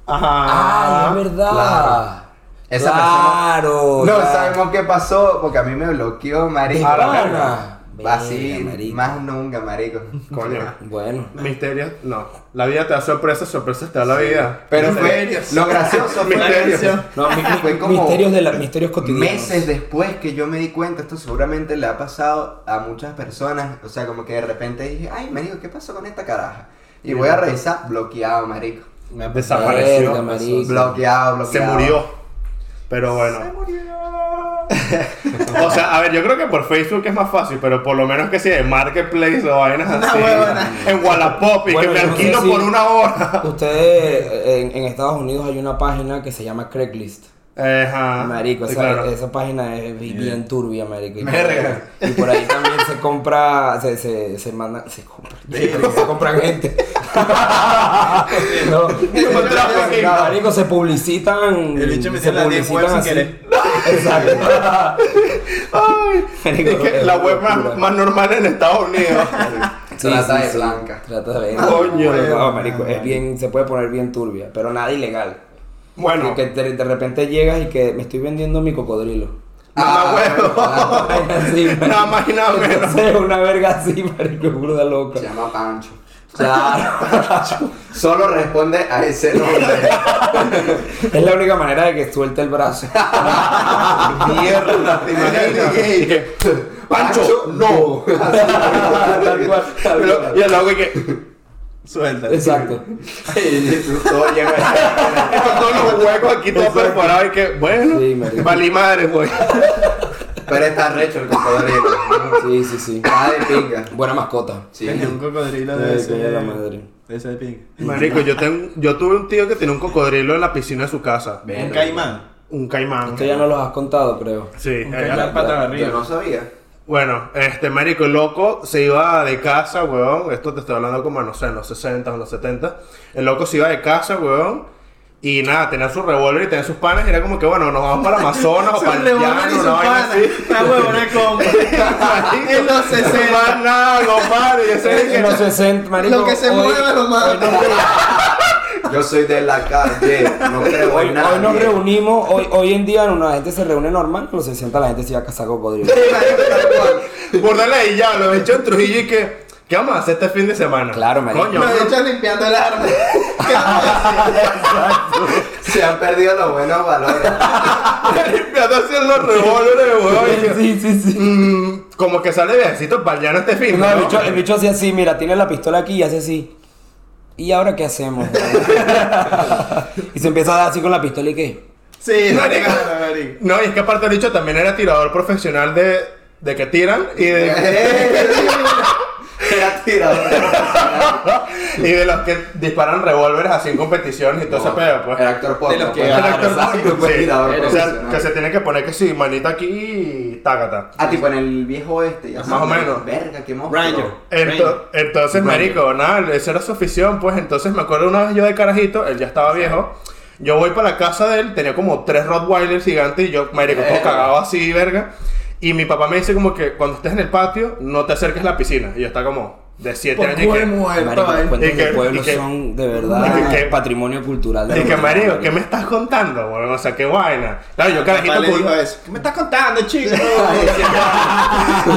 [SPEAKER 2] Ah, es
[SPEAKER 3] Ajá.
[SPEAKER 2] verdad.
[SPEAKER 1] claro. Esa
[SPEAKER 2] claro,
[SPEAKER 1] persona. No
[SPEAKER 2] claro.
[SPEAKER 1] sabemos qué pasó porque a mí me bloqueó,
[SPEAKER 2] De
[SPEAKER 1] marico.
[SPEAKER 3] Ahora,
[SPEAKER 2] pana. Verga,
[SPEAKER 1] Así,
[SPEAKER 2] marico.
[SPEAKER 1] más nunca, marico.
[SPEAKER 3] Coño.
[SPEAKER 2] Bueno.
[SPEAKER 3] Misterios, no. La vida te da sorpresas, sorpresas te da la vida.
[SPEAKER 1] Pero fue,
[SPEAKER 4] Misterios.
[SPEAKER 1] lo gracioso fue
[SPEAKER 3] Misterios.
[SPEAKER 1] que-
[SPEAKER 2] No, mi- mi-
[SPEAKER 1] Fue como
[SPEAKER 2] misterios, de la, misterios cotidianos.
[SPEAKER 1] Meses después que yo me di cuenta, esto seguramente le ha pasado a muchas personas. O sea, como que de repente dije, ay, marico, ¿qué pasó con esta caraja? Y voy a revisar, bloqueado, marico.
[SPEAKER 4] Me ha pasado.
[SPEAKER 3] Desapareció.
[SPEAKER 2] Verga, marico.
[SPEAKER 1] Bloqueado,
[SPEAKER 3] Se
[SPEAKER 1] bloqueado.
[SPEAKER 3] murió. Pero bueno. *laughs* O sea, a ver, yo creo que por Facebook es más fácil, pero por lo menos que si de Marketplace o vainas así. En Wallapop y
[SPEAKER 2] Bueno,
[SPEAKER 3] que me
[SPEAKER 2] yo no sé
[SPEAKER 3] alquilo
[SPEAKER 2] si-
[SPEAKER 3] por una hora.
[SPEAKER 2] Ustedes, eh, en, en Estados Unidos hay una página que se llama Craigslist.
[SPEAKER 3] Ajá.
[SPEAKER 2] Marico,
[SPEAKER 3] Sí,
[SPEAKER 2] esa,
[SPEAKER 3] claro. *laughs*
[SPEAKER 2] esa página es bi- bien turbia, marico. Y por,
[SPEAKER 1] Verga.
[SPEAKER 2] y por ahí también se compra, se, se, se manda, se compra, *laughs* se compra gente. no,
[SPEAKER 3] Human
[SPEAKER 2] se-
[SPEAKER 3] trafficking.
[SPEAKER 2] marico, se publicitan.
[SPEAKER 4] El bicho me
[SPEAKER 2] se
[SPEAKER 4] hizo la 10 web sin
[SPEAKER 2] así.
[SPEAKER 4] querer.
[SPEAKER 2] *laughs* Exacto.
[SPEAKER 3] Ay,
[SPEAKER 2] Marico,
[SPEAKER 3] es que
[SPEAKER 2] es
[SPEAKER 3] la
[SPEAKER 2] una
[SPEAKER 3] web más,
[SPEAKER 2] locura.
[SPEAKER 3] más normal en Estados Unidos.
[SPEAKER 2] Sí,
[SPEAKER 1] Trata
[SPEAKER 2] sí,
[SPEAKER 1] de
[SPEAKER 2] sí.
[SPEAKER 1] blanca.
[SPEAKER 2] Trata de
[SPEAKER 3] Coño.
[SPEAKER 2] No, marico, es bien, se puede poner bien turbia, pero nada ilegal.
[SPEAKER 3] Bueno,
[SPEAKER 2] Que de, de repente llegas y que me estoy vendiendo mi cocodrilo.
[SPEAKER 3] nada más huevo.
[SPEAKER 1] Ah,
[SPEAKER 2] Así,
[SPEAKER 3] Nada más y nada menos.
[SPEAKER 2] Entonces, una verga así, marico, burda loca.
[SPEAKER 1] Se llama Pancho.
[SPEAKER 2] Claro.
[SPEAKER 1] Solo responde a ese nombre.
[SPEAKER 2] es la única manera de que suelte el *laughs* brazo.
[SPEAKER 3] *laughs*
[SPEAKER 1] Mierda, te imaginas.
[SPEAKER 3] Y que, Pancho, no.
[SPEAKER 2] tal cual, tal cual.
[SPEAKER 3] Y el loco y que.
[SPEAKER 4] Suelta.
[SPEAKER 2] Exacto.
[SPEAKER 1] Todo llega-
[SPEAKER 3] Con todos los huecos aquí todo
[SPEAKER 2] Exacto.
[SPEAKER 3] perforado y que, bueno,
[SPEAKER 2] Sí, marico.
[SPEAKER 3] valí madre, güey.
[SPEAKER 1] Pero está recho el cocodrilo.
[SPEAKER 2] Sí, sí, sí.
[SPEAKER 1] Está de pinga.
[SPEAKER 2] Buena mascota.
[SPEAKER 1] Sí.
[SPEAKER 4] Tenía un cocodrilo
[SPEAKER 2] Ay,
[SPEAKER 4] de ese.
[SPEAKER 2] coño, la madre.
[SPEAKER 4] De ese de pink.
[SPEAKER 3] Marico, yo, tengo, yo tuve un tío que tenía un cocodrilo en la piscina de su casa.
[SPEAKER 1] Verga.
[SPEAKER 4] Un caimán.
[SPEAKER 3] Un caimán.
[SPEAKER 2] Esto ya no los has contado, creo.
[SPEAKER 3] Sí,
[SPEAKER 4] Un
[SPEAKER 3] eh,
[SPEAKER 4] caimán pata
[SPEAKER 1] Yo no
[SPEAKER 4] arriba.
[SPEAKER 1] sabía.
[SPEAKER 3] Bueno, este marico el loco se iba de casa, weón. Esto te estoy hablando como, no sé, en los 60 o en los 70. El loco se iba de casa, weón. Y nada, tenía su revólver y tenía sus panes. Y era como que, bueno, nos vamos para
[SPEAKER 4] *laughs*
[SPEAKER 3] Amazonas o para el llano, una vaina así. *laughs*
[SPEAKER 4] La huevona compra. En los 60.
[SPEAKER 3] Más nada, compadre. Yo sé que
[SPEAKER 2] En los 60, marico.
[SPEAKER 4] Lo que se
[SPEAKER 2] hoy-
[SPEAKER 4] mueva lo
[SPEAKER 2] hoy nos
[SPEAKER 4] mata.
[SPEAKER 1] Yo soy de la calle. No creo
[SPEAKER 2] Hoy,
[SPEAKER 1] en nada.
[SPEAKER 2] hoy nos reunimos, hoy, hoy en día una gente se reúne normal, en los 60 la gente se iba a casar cocodrilo.
[SPEAKER 3] Por darle y ya, lo he hecho en Trujillo y que, ¿qué vamos a hacer este fin de semana?
[SPEAKER 2] Claro, marico.
[SPEAKER 3] Coño,
[SPEAKER 4] Nos echan limpiando
[SPEAKER 3] *laughs*
[SPEAKER 4] el árbol.
[SPEAKER 1] Se han perdido los buenos
[SPEAKER 3] *laughs*
[SPEAKER 1] valores.
[SPEAKER 3] limpiando haciendo los revólveres, weón. y que,
[SPEAKER 2] Sí, sí, sí.
[SPEAKER 3] mm, como que sale viajecito para el llano este fin.
[SPEAKER 2] No,
[SPEAKER 3] ¿no?
[SPEAKER 2] el bicho, el bicho hacía así, mira, tiene la pistola aquí y hace así. ¿Y ahora qué hacemos? *laughs* y se empieza a dar así con la pistola y qué.
[SPEAKER 4] Sí,
[SPEAKER 3] Marico.
[SPEAKER 4] marico.
[SPEAKER 3] No, y es que aparte el dicho también era tirador profesional de, de que tiran y de,
[SPEAKER 1] Era tirador.
[SPEAKER 3] *laughs* y de los que disparan revólveres así en competiciones y todo ese pedo, pues.
[SPEAKER 1] Era actor porno.
[SPEAKER 4] De los que-
[SPEAKER 1] pues.
[SPEAKER 3] Era
[SPEAKER 4] claro,
[SPEAKER 3] actor
[SPEAKER 1] exacto,
[SPEAKER 3] porno,
[SPEAKER 1] pues,
[SPEAKER 3] sí.
[SPEAKER 1] tirador
[SPEAKER 3] O sea,
[SPEAKER 1] profesional.
[SPEAKER 3] que se tiene que poner que sí, manita aquí y tácata.
[SPEAKER 1] Ah, tipo en el viejo oeste. Ya
[SPEAKER 3] Más
[SPEAKER 1] sabes,
[SPEAKER 3] o menos.
[SPEAKER 1] Verga, qué monstruo.
[SPEAKER 4] Ranger.
[SPEAKER 3] Ento- entonces, marico, nada, esa era su afición, pues. Entonces, me acuerdo una vez yo de carajito, él ya estaba viejo. Yo voy para la casa de él, tenía como tres Rottweilers gigantes y yo, marico, todo
[SPEAKER 1] Verga.
[SPEAKER 3] cagado así, verga. Y Y mi papá me dice como que cuando estés en el patio, no te acerques a la piscina. Y yo estaba como de 7
[SPEAKER 4] Por
[SPEAKER 3] años. y que-
[SPEAKER 4] culo muerto,
[SPEAKER 2] Marico, los
[SPEAKER 4] ¿eh?
[SPEAKER 3] Y
[SPEAKER 2] cuentos
[SPEAKER 3] que-
[SPEAKER 2] de pueblo
[SPEAKER 3] y que-
[SPEAKER 2] son de
[SPEAKER 3] y
[SPEAKER 2] verdad
[SPEAKER 3] que-
[SPEAKER 2] patrimonio cultural. de
[SPEAKER 3] Y que,
[SPEAKER 2] la humanidad,
[SPEAKER 3] marico, ¿qué me estás contando, weón? O sea, qué vaina. Claro, yo
[SPEAKER 4] Papá
[SPEAKER 3] carajito
[SPEAKER 4] le dijo
[SPEAKER 3] culo.
[SPEAKER 4] eso. ¿Qué me estás contando, chico? *laughs*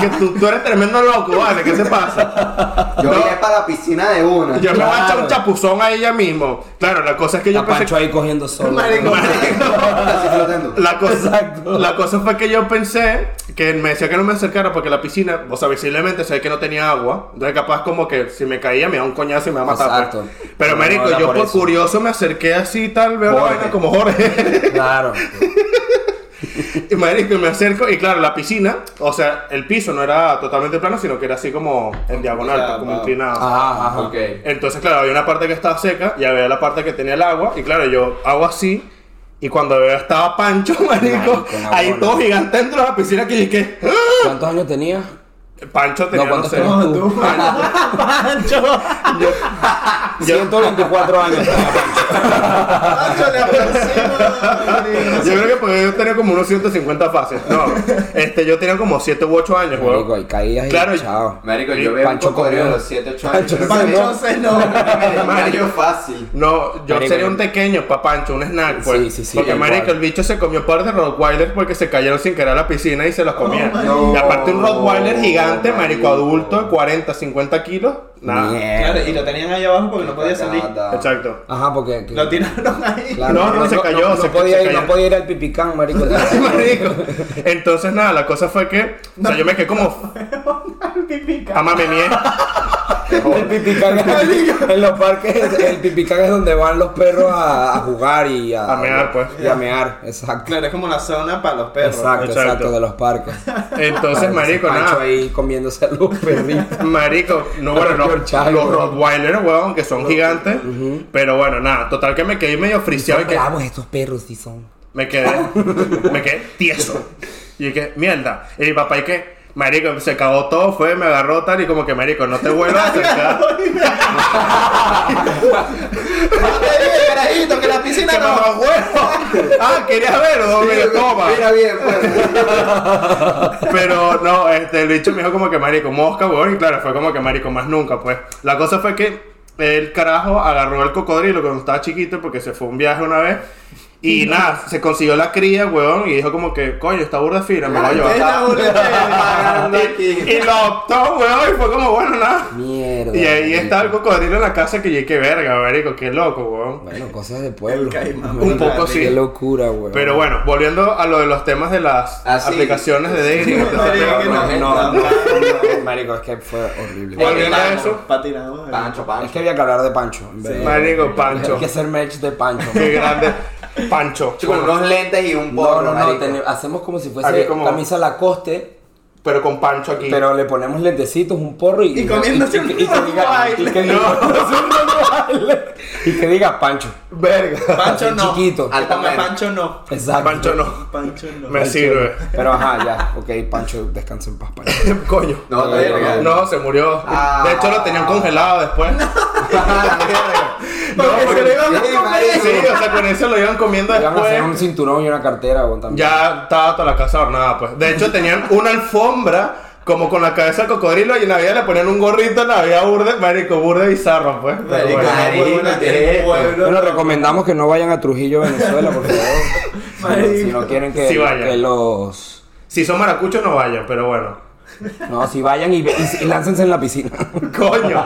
[SPEAKER 3] Que tú, tú eres tremendo loco, ¿vale? ¿Qué se pasa?
[SPEAKER 1] Yo iré para la piscina de una.
[SPEAKER 3] Yo me voy a echar
[SPEAKER 2] Claro.
[SPEAKER 3] un chapuzón a ella mismo. Claro, la cosa es que yo
[SPEAKER 2] Está Pancho
[SPEAKER 3] pensé...
[SPEAKER 2] ahí
[SPEAKER 3] *laughs*
[SPEAKER 2] cogiendo solo.
[SPEAKER 4] Marico,
[SPEAKER 1] *laughs* Así flotando.
[SPEAKER 3] La cosa,
[SPEAKER 2] Exacto.
[SPEAKER 3] la cosa fue que yo pensé que me decía que no me acercara porque la piscina, o sea, visiblemente se ve que no tenía agua. Entonces, capaz como que si me caía me da un coñazo y me va a matar.
[SPEAKER 2] Exacto.
[SPEAKER 3] pues. Pero,
[SPEAKER 2] No,
[SPEAKER 3] marico,
[SPEAKER 2] no era
[SPEAKER 3] yo
[SPEAKER 2] por
[SPEAKER 3] por
[SPEAKER 2] eso.
[SPEAKER 3] curioso me acerqué así tal, veo la
[SPEAKER 1] Jorge.
[SPEAKER 3] vaina como Jorge. *laughs*
[SPEAKER 2] Claro.
[SPEAKER 3] Y marico, y me acerco y claro, la piscina, o sea, el piso no era totalmente plano, sino que era así como en diagonal, pues,
[SPEAKER 4] Inclinado,
[SPEAKER 3] como
[SPEAKER 4] pa-
[SPEAKER 3] inclinado.
[SPEAKER 2] Ajá, ajá.
[SPEAKER 1] Ok.
[SPEAKER 3] Entonces, claro, había una parte que estaba seca y había la parte que tenía el agua. Y claro, yo hago así. Y cuando veo estaba Pancho, *laughs* marico,
[SPEAKER 2] Marico, una
[SPEAKER 3] ahí
[SPEAKER 2] bola.
[SPEAKER 3] todo gigante dentro de la piscina que dije,
[SPEAKER 2] ¿Cuántos años tenías?
[SPEAKER 3] Pancho tenía, no,
[SPEAKER 2] ¿cuántos
[SPEAKER 3] sé.
[SPEAKER 2] tenías tú?
[SPEAKER 4] ¡Pancho!
[SPEAKER 2] 124 años.
[SPEAKER 4] ¡Pancho, le aproximo!
[SPEAKER 3] *laughs* Yo creo que pues, yo tenía como unos 150 fases.
[SPEAKER 2] *laughs*
[SPEAKER 3] No, este, yo tenía como 7 u 8 años, weón.
[SPEAKER 2] Marico, ahí caías y
[SPEAKER 3] Claro, y-
[SPEAKER 2] chao.
[SPEAKER 1] Marico,
[SPEAKER 3] Y
[SPEAKER 1] yo veo
[SPEAKER 2] Pancho
[SPEAKER 1] un cocodrilo
[SPEAKER 2] comió.
[SPEAKER 1] de los 7, 8 años.
[SPEAKER 2] Pancho
[SPEAKER 1] Yo
[SPEAKER 2] comió.
[SPEAKER 1] creo
[SPEAKER 4] ¡Pancho se no!
[SPEAKER 1] que- Mario fácil.
[SPEAKER 3] No, yo
[SPEAKER 2] Marico,
[SPEAKER 3] sería
[SPEAKER 2] yo-
[SPEAKER 3] un pequeño pa' Pancho, un snack, pues.
[SPEAKER 2] Sí, sí, sí,
[SPEAKER 3] Porque,
[SPEAKER 2] igual.
[SPEAKER 3] marico, el bicho se comió un par de Rottweilers porque se cayeron sin querer a la piscina y se los comía.
[SPEAKER 1] marico.
[SPEAKER 3] y aparte un Rottweiler gigante, marico,
[SPEAKER 1] Marico.
[SPEAKER 3] adulto, de 40, 50 kilos. Nada.
[SPEAKER 2] Mierda.
[SPEAKER 4] Claro, y lo tenían ahí abajo porque no podía salir.
[SPEAKER 3] Exacto. *laughs*
[SPEAKER 2] Ajá, porque.
[SPEAKER 4] Lo tiraron
[SPEAKER 2] *laughs*
[SPEAKER 4] ahí.
[SPEAKER 2] Claro,
[SPEAKER 3] No, no, se cayó,
[SPEAKER 2] No,
[SPEAKER 3] se-
[SPEAKER 2] podía
[SPEAKER 3] se
[SPEAKER 2] ir,
[SPEAKER 3] cayó.
[SPEAKER 2] no podía ir al pipicán,
[SPEAKER 3] *laughs*
[SPEAKER 2] marico.
[SPEAKER 3] Marico. Entonces, nada, la cosa fue que... O sea, yo me quedé como...
[SPEAKER 4] Pipica.
[SPEAKER 3] Amame mía.
[SPEAKER 2] El pipicán
[SPEAKER 3] *laughs*
[SPEAKER 2] en los parques, el pipicán es donde van los perros a, a jugar y a,
[SPEAKER 3] A mear, pues.
[SPEAKER 2] Y a mear, exacto.
[SPEAKER 4] Claro, es como la zona para los perros.
[SPEAKER 2] Exacto, exacto,
[SPEAKER 3] Exacto.
[SPEAKER 2] de los parques.
[SPEAKER 3] *laughs* Entonces, marico,
[SPEAKER 2] Pancho
[SPEAKER 3] nada.
[SPEAKER 2] ahí comiéndose a los
[SPEAKER 3] *laughs*
[SPEAKER 2] perritos.
[SPEAKER 3] Marico,
[SPEAKER 2] *laughs*
[SPEAKER 3] no, bueno, no,
[SPEAKER 2] Peor
[SPEAKER 3] los
[SPEAKER 2] chavo.
[SPEAKER 3] Rottweilers, weón, que son gigantes. Pero bueno, nada, total que me quedé medio friseado y que...
[SPEAKER 2] Bravos estos perros, sí son.
[SPEAKER 3] Me quedé, me quedé tieso. Y dije, mierda. Y mi papá, y que, marico, se cagó todo, fue, me agarró tal, y como que, marico, no te vuelvas
[SPEAKER 2] *laughs*
[SPEAKER 3] a acercar.
[SPEAKER 4] ¡No te dije, carajito, que la piscina
[SPEAKER 3] ¡Qué
[SPEAKER 4] no!
[SPEAKER 3] mamahuevo! Ah, querías verlo, mira, toma.
[SPEAKER 1] Mira bien, pues.
[SPEAKER 3] Pero no, este, el bicho me dijo como que, marico, mosca, weón, y claro, fue como que, marico, más nunca, pues. La cosa fue que el carajo agarró el cocodrilo cuando estaba chiquito, porque se fue a un viaje una vez. Y nada, se consiguió la cría, weón, y dijo como que, coño, está burda fina, me la voy a
[SPEAKER 4] Es
[SPEAKER 3] llevar.
[SPEAKER 1] *laughs*
[SPEAKER 4] la única.
[SPEAKER 3] Y, y lo adoptó, weón, y fue como, bueno, nada.
[SPEAKER 2] Mierda.
[SPEAKER 3] Y ahí
[SPEAKER 2] marico.
[SPEAKER 3] está el cocodrilo en la casa que yo, qué verga, marico, qué loco, weón.
[SPEAKER 2] Bueno, cosas de pueblo.
[SPEAKER 4] El caimán.
[SPEAKER 2] Marico,
[SPEAKER 3] Un poco sí.
[SPEAKER 2] Qué locura, güey.
[SPEAKER 3] Pero bueno, volviendo a lo de los temas de las
[SPEAKER 1] Ah, sí.
[SPEAKER 3] aplicaciones de dating.
[SPEAKER 4] Sí,
[SPEAKER 3] entonces,
[SPEAKER 4] marico,
[SPEAKER 3] pero-
[SPEAKER 4] que
[SPEAKER 2] No, no, no,
[SPEAKER 4] no,
[SPEAKER 2] no, marico, es que fue horrible.
[SPEAKER 1] Bueno,
[SPEAKER 3] Volviendo a
[SPEAKER 1] Pancho.
[SPEAKER 3] eso,
[SPEAKER 4] Pa' tirado.
[SPEAKER 1] Pancho,
[SPEAKER 2] Es que
[SPEAKER 1] Pancho.
[SPEAKER 2] había que hablar de Pancho. en vez de-
[SPEAKER 3] marico, Pancho.
[SPEAKER 2] Hay que hacer match de
[SPEAKER 3] *laughs*
[SPEAKER 2] Pancho.
[SPEAKER 3] Qué grande. Pancho.
[SPEAKER 1] Chico, con unos lentes y un
[SPEAKER 2] No,
[SPEAKER 1] porro,
[SPEAKER 2] no, no,
[SPEAKER 1] marico.
[SPEAKER 2] ten- hacemos como si fuese
[SPEAKER 3] Aquí como-
[SPEAKER 2] camisa Lacoste,
[SPEAKER 3] Pero con Pancho aquí.
[SPEAKER 2] pero le ponemos lentecitos, un porro y...
[SPEAKER 4] Y comiéndose
[SPEAKER 2] y-
[SPEAKER 4] un
[SPEAKER 2] y- y que diga- y
[SPEAKER 4] Rottweiler.
[SPEAKER 2] que diga- *laughs* Y que diga Pancho.
[SPEAKER 3] Verga.
[SPEAKER 4] Pancho no.
[SPEAKER 2] Chiquito.
[SPEAKER 4] Al tamaño.
[SPEAKER 1] Altamero.
[SPEAKER 4] Pancho no.
[SPEAKER 2] Exacto.
[SPEAKER 3] Pancho no.
[SPEAKER 4] Pancho no.
[SPEAKER 3] Me sirve. *laughs*
[SPEAKER 2] Pero ajá, ya. Ok, Pancho, descansa en paz, Pancho.
[SPEAKER 3] Coño.
[SPEAKER 1] No,
[SPEAKER 2] No,
[SPEAKER 1] verga. *laughs*
[SPEAKER 3] No, se murió.
[SPEAKER 1] Ah.
[SPEAKER 3] De hecho, lo tenían congelado después.
[SPEAKER 4] Porque se le iban a
[SPEAKER 1] Sí,
[SPEAKER 4] comer.
[SPEAKER 3] Sí, o sea, con eso lo iban comiendo
[SPEAKER 2] Le van a hacer un
[SPEAKER 3] después.
[SPEAKER 2] cinturón y una cartera, güey, también.
[SPEAKER 3] Ya estaba toda la casa ornada, pues. De hecho, tenían una alfombra. Como con la cabeza de cocodrilo y en la vida le ponían un gorrito en la vida burde, marico, burde bizarro, pues. Pero
[SPEAKER 4] Marico,
[SPEAKER 3] bueno.
[SPEAKER 1] marico,
[SPEAKER 4] huevona,
[SPEAKER 1] ¿qué
[SPEAKER 4] que
[SPEAKER 1] es esto?
[SPEAKER 4] pueblo.
[SPEAKER 2] Bueno, recomendamos que no vayan a Trujillo, Venezuela, por favor.
[SPEAKER 4] Marico.
[SPEAKER 2] si no quieren que,
[SPEAKER 3] Sí vayan.
[SPEAKER 2] que los...
[SPEAKER 3] Si son maracuchos, no vayan, pero bueno. *laughs*
[SPEAKER 2] No, si vayan y, ve- y- y láncense en la piscina.
[SPEAKER 3] Coño.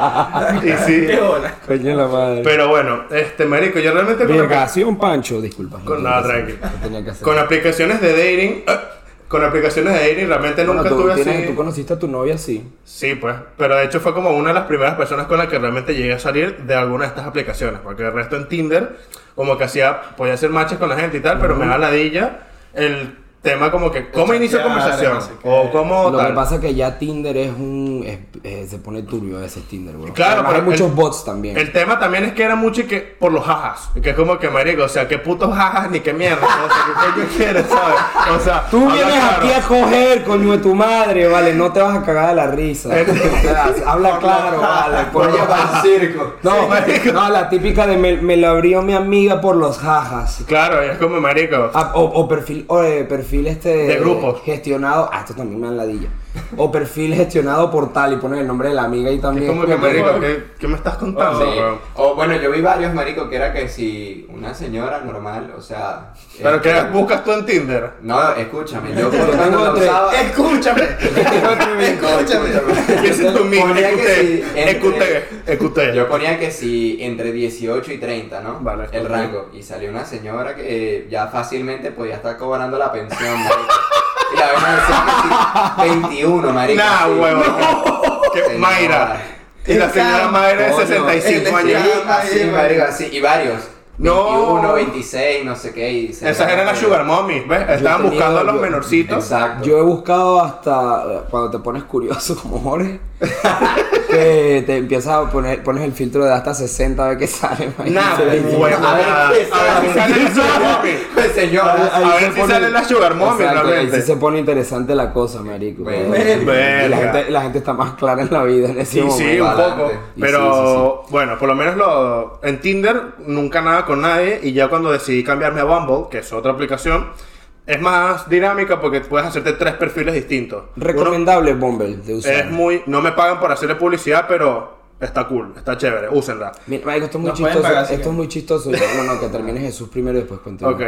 [SPEAKER 3] Y sí.
[SPEAKER 4] Qué bola.
[SPEAKER 2] Coño de la madre.
[SPEAKER 3] Pero bueno, este, marico, yo realmente... con la-
[SPEAKER 2] Vergación, Pancho, disculpa.
[SPEAKER 3] Con nada, tranqui.
[SPEAKER 2] No tenía que hacer.
[SPEAKER 3] Con aplicaciones de dating, *coughs* con aplicaciones de dating realmente
[SPEAKER 2] Bueno,
[SPEAKER 3] nunca
[SPEAKER 2] tú,
[SPEAKER 3] tuve
[SPEAKER 2] tienes-
[SPEAKER 3] así.
[SPEAKER 2] tú conociste a tu novia así.
[SPEAKER 3] Sí, pues. Pero de hecho fue como una de las primeras personas con la que realmente llegué a salir de alguna de estas aplicaciones. Porque el resto en Tinder, como que hacía, podía hacer matches con la gente y tal, pero me da ladilla el tema como que cómo inicio
[SPEAKER 4] chatear,
[SPEAKER 3] conversación.
[SPEAKER 4] no sé qué.
[SPEAKER 3] O cómo
[SPEAKER 2] Lo
[SPEAKER 3] tal.
[SPEAKER 2] que pasa es que ya Tinder es un. es- eh, se pone turbio a veces Tinder, bro.
[SPEAKER 3] Claro,
[SPEAKER 2] Además,
[SPEAKER 3] pero
[SPEAKER 2] hay muchos
[SPEAKER 3] el-
[SPEAKER 2] bots también.
[SPEAKER 3] El tema también es que era mucho y que por los jajas. Que es como que marico, o sea, qué putos jajas ni qué mierda. O sea, qué coño quieres, ¿sabes? O sea,
[SPEAKER 2] Tú
[SPEAKER 3] habla
[SPEAKER 2] vienes
[SPEAKER 3] claro.
[SPEAKER 2] aquí a coger, coño de tu madre, vale. No te vas a cagar de la risa. *laughs* O sea,
[SPEAKER 3] *laughs*
[SPEAKER 2] Habla claro, vale. por
[SPEAKER 1] Coño,
[SPEAKER 2] los
[SPEAKER 1] para el
[SPEAKER 2] jajas.
[SPEAKER 1] circo.
[SPEAKER 2] No,
[SPEAKER 3] marico.
[SPEAKER 2] no, la típica de me, me lo abrió mi amiga por los jajas.
[SPEAKER 3] Claro, es como marico.
[SPEAKER 2] Ah, O, o perfil, o, eh, perfil perfil este
[SPEAKER 3] De grupos.
[SPEAKER 2] gestionado, ah, esto también me han ladilla. O perfil gestionado por tal y ponen el nombre de la amiga y
[SPEAKER 3] Es
[SPEAKER 2] también.
[SPEAKER 3] como que, marico, ¿qué, qué me estás contando,
[SPEAKER 1] Sí.
[SPEAKER 3] weón?
[SPEAKER 1] O bueno, yo vi varios, marico, que era que si una señora normal, o sea...
[SPEAKER 3] ¿Pero
[SPEAKER 1] eh,
[SPEAKER 3] qué buscas tú en Tinder?
[SPEAKER 1] No, escúchame, yo
[SPEAKER 2] Yo
[SPEAKER 1] por
[SPEAKER 2] tengo
[SPEAKER 1] cuando lo
[SPEAKER 2] entre-
[SPEAKER 3] Ah.
[SPEAKER 1] usaba...
[SPEAKER 4] Escúchame.
[SPEAKER 1] Escúchame.
[SPEAKER 3] ¿Qué es tu mismo?
[SPEAKER 1] Ponía que sí,
[SPEAKER 3] Escuté, escuté,
[SPEAKER 1] entre-
[SPEAKER 3] escuté.
[SPEAKER 1] Yo ponía que si entre 18 y 30, ¿no?
[SPEAKER 3] Vale,
[SPEAKER 1] el
[SPEAKER 3] ok.
[SPEAKER 1] rango. Y salió una señora que eh, ya fácilmente podía estar cobrando la pensión, marico. Y la vaina decía que sí, 21, marico.
[SPEAKER 3] Nah,
[SPEAKER 1] sí.
[SPEAKER 3] huevo. Que
[SPEAKER 1] Señora.
[SPEAKER 3] Mayra. Y la señora Mayra de
[SPEAKER 1] Coño,
[SPEAKER 3] 65
[SPEAKER 1] él decía
[SPEAKER 3] años.
[SPEAKER 1] Así, marico, así. Y varios.
[SPEAKER 3] No.
[SPEAKER 1] 21, 26, no sé qué. y eh, se-
[SPEAKER 3] Esas eran las sugar mommy, ¿ves? Estaban
[SPEAKER 2] tenía-
[SPEAKER 3] buscando a los
[SPEAKER 2] yo-
[SPEAKER 3] menorcitos.
[SPEAKER 1] Exacto.
[SPEAKER 2] Yo he buscado hasta eh, cuando te pones curioso *laughs* como Jorge, que te empiezas a poner, pones el filtro de hasta 60 a ver qué sale. marico.
[SPEAKER 3] Nah,
[SPEAKER 2] Se ve-
[SPEAKER 3] huevo.
[SPEAKER 1] A ver,
[SPEAKER 3] A ver
[SPEAKER 1] ¿qué
[SPEAKER 3] si
[SPEAKER 1] sale?
[SPEAKER 3] sale la sugar mommy.
[SPEAKER 1] *laughs* Señora.
[SPEAKER 2] Ahí
[SPEAKER 3] A
[SPEAKER 2] se
[SPEAKER 3] ver si
[SPEAKER 2] pone-
[SPEAKER 3] sale la sugar
[SPEAKER 1] Exacto,
[SPEAKER 3] mommy
[SPEAKER 1] ahí
[SPEAKER 2] Ahí sí
[SPEAKER 3] realmente.
[SPEAKER 2] se pone interesante la cosa, marico.
[SPEAKER 1] Bueno.
[SPEAKER 2] Y la,
[SPEAKER 3] Verga.
[SPEAKER 2] gente, la gente está más clara en la vida en ese
[SPEAKER 3] Sí,
[SPEAKER 2] momento.
[SPEAKER 3] sí, un
[SPEAKER 1] adelante.
[SPEAKER 3] poco.
[SPEAKER 2] Y
[SPEAKER 3] Pero bueno, por lo menos lo, en Tinder nunca nada con nadie. Y ya cuando decidí cambiarme a Bumble, que es otra aplicación, es más dinámica porque puedes hacerte tres perfiles distintos. Uno-
[SPEAKER 2] Recomendable Bumble de usar.
[SPEAKER 3] Es muy. No me pagan por hacerle publicidad, pero está cool, está chévere, úsenla.
[SPEAKER 2] Mira, marico, esto es muy
[SPEAKER 4] Nos pueden
[SPEAKER 2] chistoso.
[SPEAKER 4] pagar, así
[SPEAKER 2] esto
[SPEAKER 4] que-
[SPEAKER 2] es muy chistoso. Yo, bueno, que termine Jesús primero y después contigo.
[SPEAKER 3] Ok,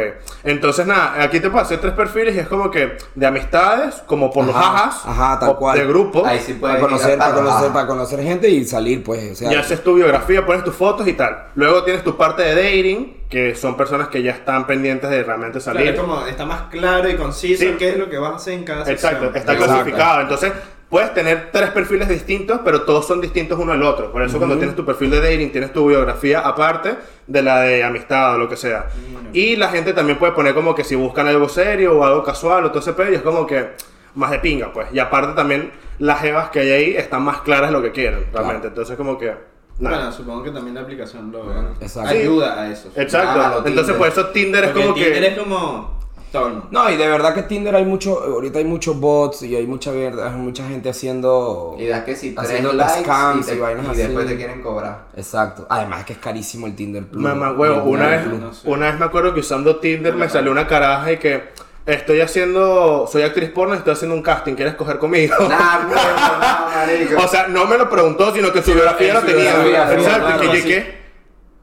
[SPEAKER 3] entonces nada, aquí te puedo hacer tres perfiles y es como que de amistades, como por los
[SPEAKER 2] Ajá,
[SPEAKER 3] jajas,
[SPEAKER 2] ajá, tal
[SPEAKER 3] o
[SPEAKER 2] cual.
[SPEAKER 3] de grupo,
[SPEAKER 1] Ahí sí
[SPEAKER 2] Para
[SPEAKER 1] puedes ir
[SPEAKER 2] conocer,
[SPEAKER 1] a
[SPEAKER 2] para conocer,
[SPEAKER 3] Ah.
[SPEAKER 1] trabajar.
[SPEAKER 2] para conocer gente y salir, pues. O sea,
[SPEAKER 3] y haces tu biografía, pones tus fotos y tal. Luego tienes tu parte de dating, que son personas que ya están pendientes de realmente
[SPEAKER 4] Claro,
[SPEAKER 3] salir.
[SPEAKER 4] es como, está más claro y conciso
[SPEAKER 3] Sí.
[SPEAKER 4] qué es lo que vas a hacer en cada sección.
[SPEAKER 3] Exacto, está
[SPEAKER 1] Exacto.
[SPEAKER 3] clasificado. Entonces, puedes tener tres perfiles distintos, pero todos son distintos uno al otro. Por eso, cuando tienes tu perfil de dating, tienes tu biografía aparte de la de amistad o lo que sea. Y la gente también puede poner como que si buscan algo serio o algo casual o todo ese pedo, y es como que más de pinga, pues. Y aparte, también las jevas que hay ahí están más claras lo que quieren, realmente. Entonces, como que. nada.
[SPEAKER 4] Bueno, supongo que también la aplicación lo
[SPEAKER 2] Exacto.
[SPEAKER 4] ayuda a eso.
[SPEAKER 3] Exacto.
[SPEAKER 1] Ah, lo
[SPEAKER 3] Entonces,
[SPEAKER 1] Tinder.
[SPEAKER 3] por eso Tinder es
[SPEAKER 4] Porque
[SPEAKER 3] como
[SPEAKER 4] Tinder
[SPEAKER 3] que.
[SPEAKER 4] es como todo el mundo.
[SPEAKER 2] No, y de verdad que Tinder hay mucho, ahorita hay muchos bots y hay mucha verdad, hay mucha gente haciendo...
[SPEAKER 1] Y das que si tres
[SPEAKER 2] Haciendo
[SPEAKER 1] likes
[SPEAKER 2] scams
[SPEAKER 1] y, te-
[SPEAKER 2] y vainas
[SPEAKER 1] y
[SPEAKER 2] así.
[SPEAKER 1] después te quieren
[SPEAKER 2] *laughs*
[SPEAKER 1] cobrar.
[SPEAKER 2] Exacto. Además que es carísimo el Tinder Plus.
[SPEAKER 3] Mamá, huevo,
[SPEAKER 2] Mierda,
[SPEAKER 3] una
[SPEAKER 2] el
[SPEAKER 3] vez,
[SPEAKER 2] Plus.
[SPEAKER 4] no sé.
[SPEAKER 3] una vez me acuerdo que usando Tinder me salió una caraja y que estoy haciendo, soy actriz porno y estoy haciendo un casting, ¿quieres coger conmigo?
[SPEAKER 1] Nah, huevo, no, marico.
[SPEAKER 3] *laughs* o sea, no me lo preguntó, sino que su biografía
[SPEAKER 1] en
[SPEAKER 3] lo
[SPEAKER 1] su
[SPEAKER 3] tenía.
[SPEAKER 1] biografía,
[SPEAKER 3] Exacto,
[SPEAKER 1] claro,
[SPEAKER 3] y que
[SPEAKER 1] sí.
[SPEAKER 3] ¿qué?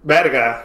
[SPEAKER 3] Verga.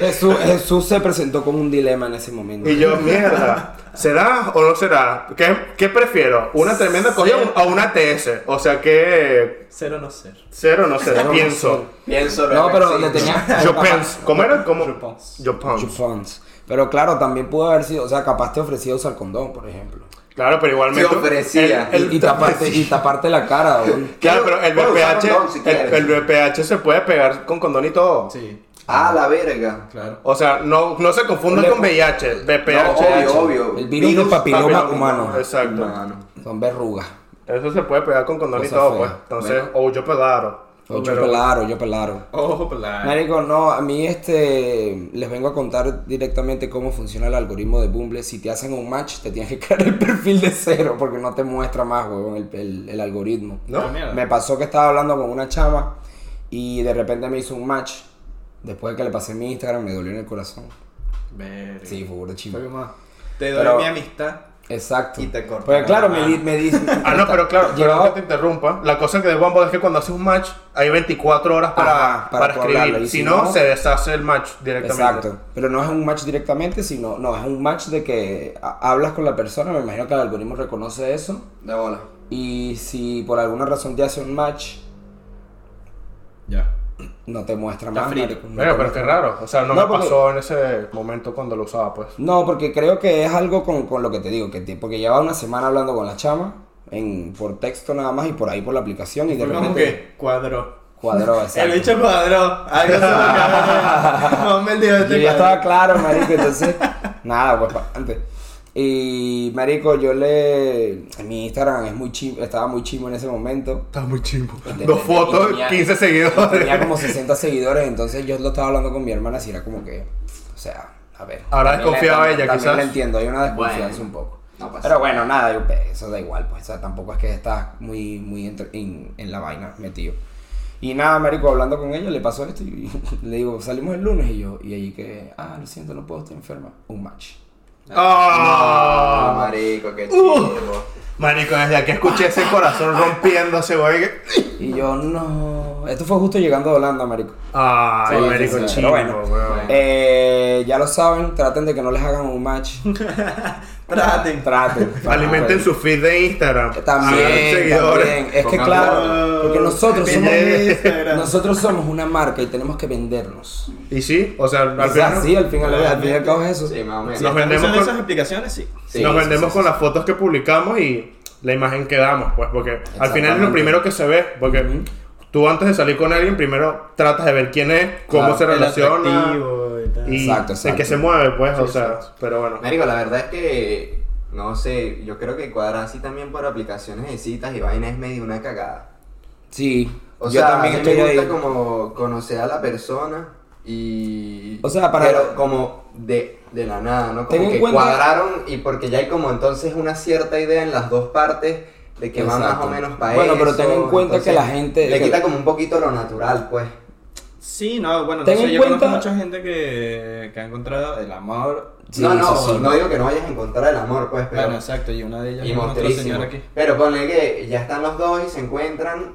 [SPEAKER 2] Jesús, Jesús se presentó con un dilema en ese momento.
[SPEAKER 3] Y yo, mierda, ¿será o no será? ¿Qué, qué prefiero? ¿Una tremenda cogida o una TS? O sea, que
[SPEAKER 4] Cero no ser.
[SPEAKER 3] cero no será,
[SPEAKER 2] no
[SPEAKER 3] pienso.
[SPEAKER 1] Pienso
[SPEAKER 2] No, pero le
[SPEAKER 1] reflexivo.
[SPEAKER 2] tenía...
[SPEAKER 3] *laughs* Yo pienso. ¿Cómo era? ¿Cómo?
[SPEAKER 4] Yo pienso.
[SPEAKER 3] Yo pienso.
[SPEAKER 2] Chupons. Pero claro, también pudo haber sido, o sea, capaz te ofrecía usar condón, por ejemplo.
[SPEAKER 3] Claro, pero igualmente.
[SPEAKER 1] Te ofrecía.
[SPEAKER 3] el- el- *laughs*
[SPEAKER 2] y, y taparte, y taparte la cara, güey.
[SPEAKER 1] Claro,
[SPEAKER 3] Claro, pero el
[SPEAKER 1] puedo usar
[SPEAKER 3] BPH,
[SPEAKER 1] condón si quieres.
[SPEAKER 3] el, el BPH se puede pegar con condón y todo.
[SPEAKER 4] Sí,
[SPEAKER 1] Ah, la verga.
[SPEAKER 4] claro.
[SPEAKER 3] O sea, no, no se confundan
[SPEAKER 2] Le-
[SPEAKER 3] con VIH, BPH.
[SPEAKER 1] No, obvio, obvio.
[SPEAKER 2] El virus, del papiloma, humano.
[SPEAKER 3] Exacto.
[SPEAKER 1] Mano.
[SPEAKER 2] Son verrugas.
[SPEAKER 3] Eso se puede pegar con condón y
[SPEAKER 2] Cosa
[SPEAKER 3] todo,
[SPEAKER 2] fea.
[SPEAKER 3] pues. Entonces, o yo pelaro.
[SPEAKER 2] O yo
[SPEAKER 3] Pero-
[SPEAKER 2] pelaro, yo pelaro.
[SPEAKER 4] Ojo, plan.
[SPEAKER 2] Marico, no, a mí este les vengo a contar directamente cómo funciona el algoritmo de Bumble. Si te hacen un match, te tienes que *laughs* crear el perfil de cero porque no te muestra más, huevón, el, el- el algoritmo.
[SPEAKER 3] ¿No?
[SPEAKER 4] Ah, mierda.
[SPEAKER 2] Me pasó que estaba hablando con una chama y de repente me hizo un match. Después de que le pasé mi Instagram, me dolió en el corazón.
[SPEAKER 4] Verga.
[SPEAKER 2] Sí, fue burda de
[SPEAKER 4] Fue
[SPEAKER 2] chimba.
[SPEAKER 4] como, Te doy
[SPEAKER 2] Pero-
[SPEAKER 4] mi amistad.
[SPEAKER 2] Exacto.
[SPEAKER 4] Y te cortaron
[SPEAKER 2] Porque
[SPEAKER 4] la
[SPEAKER 2] claro, me,
[SPEAKER 4] mano.
[SPEAKER 2] di- me dice.
[SPEAKER 3] Ah, no, pero claro, perdón
[SPEAKER 2] Llevaba-
[SPEAKER 3] que te interrumpa. La cosa que de Bumble es que cuando haces un match, hay 24 horas para,
[SPEAKER 2] Ajá, para
[SPEAKER 3] para
[SPEAKER 2] tú
[SPEAKER 3] escribir.
[SPEAKER 2] hablarlo, y
[SPEAKER 3] si
[SPEAKER 2] si
[SPEAKER 3] no,
[SPEAKER 2] no-
[SPEAKER 3] se deshace el match directamente.
[SPEAKER 2] Exacto. Pero no es un match directamente, sino. No, es un match de que ha- hablas con la persona. Me imagino que el algoritmo reconoce eso.
[SPEAKER 1] De bola.
[SPEAKER 2] Y si por alguna razón te hace un match,
[SPEAKER 4] Ya.
[SPEAKER 2] no te muestra
[SPEAKER 4] Está
[SPEAKER 2] más.
[SPEAKER 4] frito.
[SPEAKER 2] marico, no
[SPEAKER 3] Verga,
[SPEAKER 2] te
[SPEAKER 3] pero
[SPEAKER 2] muestra.
[SPEAKER 3] qué raro. O sea, no,
[SPEAKER 2] No,
[SPEAKER 3] me
[SPEAKER 2] porque-
[SPEAKER 3] pasó en ese momento cuando lo usaba, pues.
[SPEAKER 2] No, porque creo que es algo con, con lo que te digo, que te- porque llevaba una semana hablando con la chama, en, por texto nada más y por ahí por la aplicación y de
[SPEAKER 4] Fue como
[SPEAKER 2] repente
[SPEAKER 4] que cuadró.
[SPEAKER 2] cuadró.
[SPEAKER 4] *laughs* El
[SPEAKER 2] exacto.
[SPEAKER 4] bicho cuadró. Algo se
[SPEAKER 2] *laughs*
[SPEAKER 4] lo acabó. No me dio
[SPEAKER 2] Yo ya estaba claro, marico, entonces, nada, pues pa' antes. Y, marico, yo le... Mi Instagram es muy chimo, estaba muy chimo en ese momento.
[SPEAKER 3] Está muy chimbo.
[SPEAKER 2] Tenía-
[SPEAKER 3] Dos fotos,
[SPEAKER 2] tenía-
[SPEAKER 3] 15 *laughs*
[SPEAKER 2] Tenía
[SPEAKER 3] seguidores.
[SPEAKER 2] como 60 seguidores, entonces yo lo estaba hablando con mi hermana, así era como que, o sea, a ver. También
[SPEAKER 3] Ahora
[SPEAKER 2] la-
[SPEAKER 3] desconfiaba
[SPEAKER 2] también-
[SPEAKER 3] ella,
[SPEAKER 2] también
[SPEAKER 3] quizás.
[SPEAKER 2] la entiendo, hay una desconfianza
[SPEAKER 1] Bueno,
[SPEAKER 2] un poco.
[SPEAKER 1] no pasa
[SPEAKER 2] Pero bueno, nada, yo- eso da igual, pues, o sea, tampoco es que estás muy, muy entre- en, en la vaina metido. Y nada, marico, hablando con ella, le pasó esto *laughs* y le digo, salimos el lunes y yo, y allí que, ah, lo siento, no puedo, estoy enferma. Un match.
[SPEAKER 3] Ah.
[SPEAKER 1] No, marico, qué chido.
[SPEAKER 3] Marico, desde que escuché ese corazón rompiéndose, güey.
[SPEAKER 2] Y yo, no. Esto fue justo llegando a Holanda, marico.
[SPEAKER 3] Ay,
[SPEAKER 2] Sí, sí,
[SPEAKER 3] marico,
[SPEAKER 2] sí, pero
[SPEAKER 3] chido,
[SPEAKER 2] bueno.
[SPEAKER 3] weón.
[SPEAKER 2] Eh, ya lo saben, traten de que no les hagan un
[SPEAKER 3] *laughs*
[SPEAKER 2] match.
[SPEAKER 4] Traten.
[SPEAKER 2] Traten.
[SPEAKER 3] Alimenten su feed de Instagram. Hagan
[SPEAKER 2] También,
[SPEAKER 3] seguidores.
[SPEAKER 2] también. Es que
[SPEAKER 1] Pongan
[SPEAKER 2] claro,
[SPEAKER 4] todo.
[SPEAKER 2] porque nosotros
[SPEAKER 3] En
[SPEAKER 2] somos, *laughs*
[SPEAKER 4] Instagram.
[SPEAKER 2] nosotros somos una marca y tenemos que vendernos.
[SPEAKER 3] Y sí, o sea, al
[SPEAKER 2] O sea,
[SPEAKER 3] final
[SPEAKER 2] sí, al final, al fin y al cabo es eso.
[SPEAKER 1] Sí, más o menos.
[SPEAKER 3] Nos
[SPEAKER 4] ¿Usan
[SPEAKER 3] vendemos
[SPEAKER 4] esas
[SPEAKER 3] con,
[SPEAKER 4] aplicaciones? Sí.
[SPEAKER 1] Sí,
[SPEAKER 3] nos
[SPEAKER 1] sí,
[SPEAKER 3] vendemos
[SPEAKER 1] sí,
[SPEAKER 3] con
[SPEAKER 1] sí.
[SPEAKER 3] las fotos que publicamos y la imagen que damos, pues, porque al final es
[SPEAKER 2] Exactamente.
[SPEAKER 3] lo primero que se ve, porque tú antes de salir con alguien, primero tratas de ver quién es, cómo
[SPEAKER 2] Claro,
[SPEAKER 3] se
[SPEAKER 4] El
[SPEAKER 3] relaciona
[SPEAKER 4] atractivo y tal.
[SPEAKER 3] y
[SPEAKER 2] Exacto,
[SPEAKER 3] el
[SPEAKER 2] exacto.
[SPEAKER 3] que se mueve, pues, o
[SPEAKER 4] Sí,
[SPEAKER 3] sea,
[SPEAKER 4] exacto.
[SPEAKER 3] pero bueno.
[SPEAKER 1] Marico, la verdad es que, no sé, yo creo que cuadrar así también por aplicaciones de citas y vainas es medio una cagada.
[SPEAKER 2] Sí.
[SPEAKER 1] O sea, a mí me gusta
[SPEAKER 2] ahí.
[SPEAKER 1] como conocer a la persona y...
[SPEAKER 2] O sea, para-
[SPEAKER 1] Pero como de, de la nada, ¿no? Como
[SPEAKER 2] Ten en
[SPEAKER 1] que
[SPEAKER 2] cuenta-
[SPEAKER 1] cuadraron y porque ya hay como entonces una cierta idea en las dos partes de que va más
[SPEAKER 2] Exacto.
[SPEAKER 1] o menos para
[SPEAKER 2] Bueno,
[SPEAKER 1] eso.
[SPEAKER 2] pero ten en cuenta que
[SPEAKER 1] entonces
[SPEAKER 2] la gente-
[SPEAKER 1] Le
[SPEAKER 2] que-
[SPEAKER 1] quita como un poquito lo natural, pues.
[SPEAKER 4] Sí, no, bueno,
[SPEAKER 2] Ten
[SPEAKER 4] entonces
[SPEAKER 2] en
[SPEAKER 4] yo conozco
[SPEAKER 2] cuenta-
[SPEAKER 4] mucha gente que, que ha encontrado el amor.
[SPEAKER 2] Sí,
[SPEAKER 1] no, no,
[SPEAKER 2] sí, sí.
[SPEAKER 1] no digo que no vayas a encontrar el amor, pues, pero...
[SPEAKER 4] Bueno, exacto, y una de ellas
[SPEAKER 1] y
[SPEAKER 4] es otra
[SPEAKER 1] monsterísimo.
[SPEAKER 4] señora aquí.
[SPEAKER 1] Pero ponle que ya están los dos y se encuentran,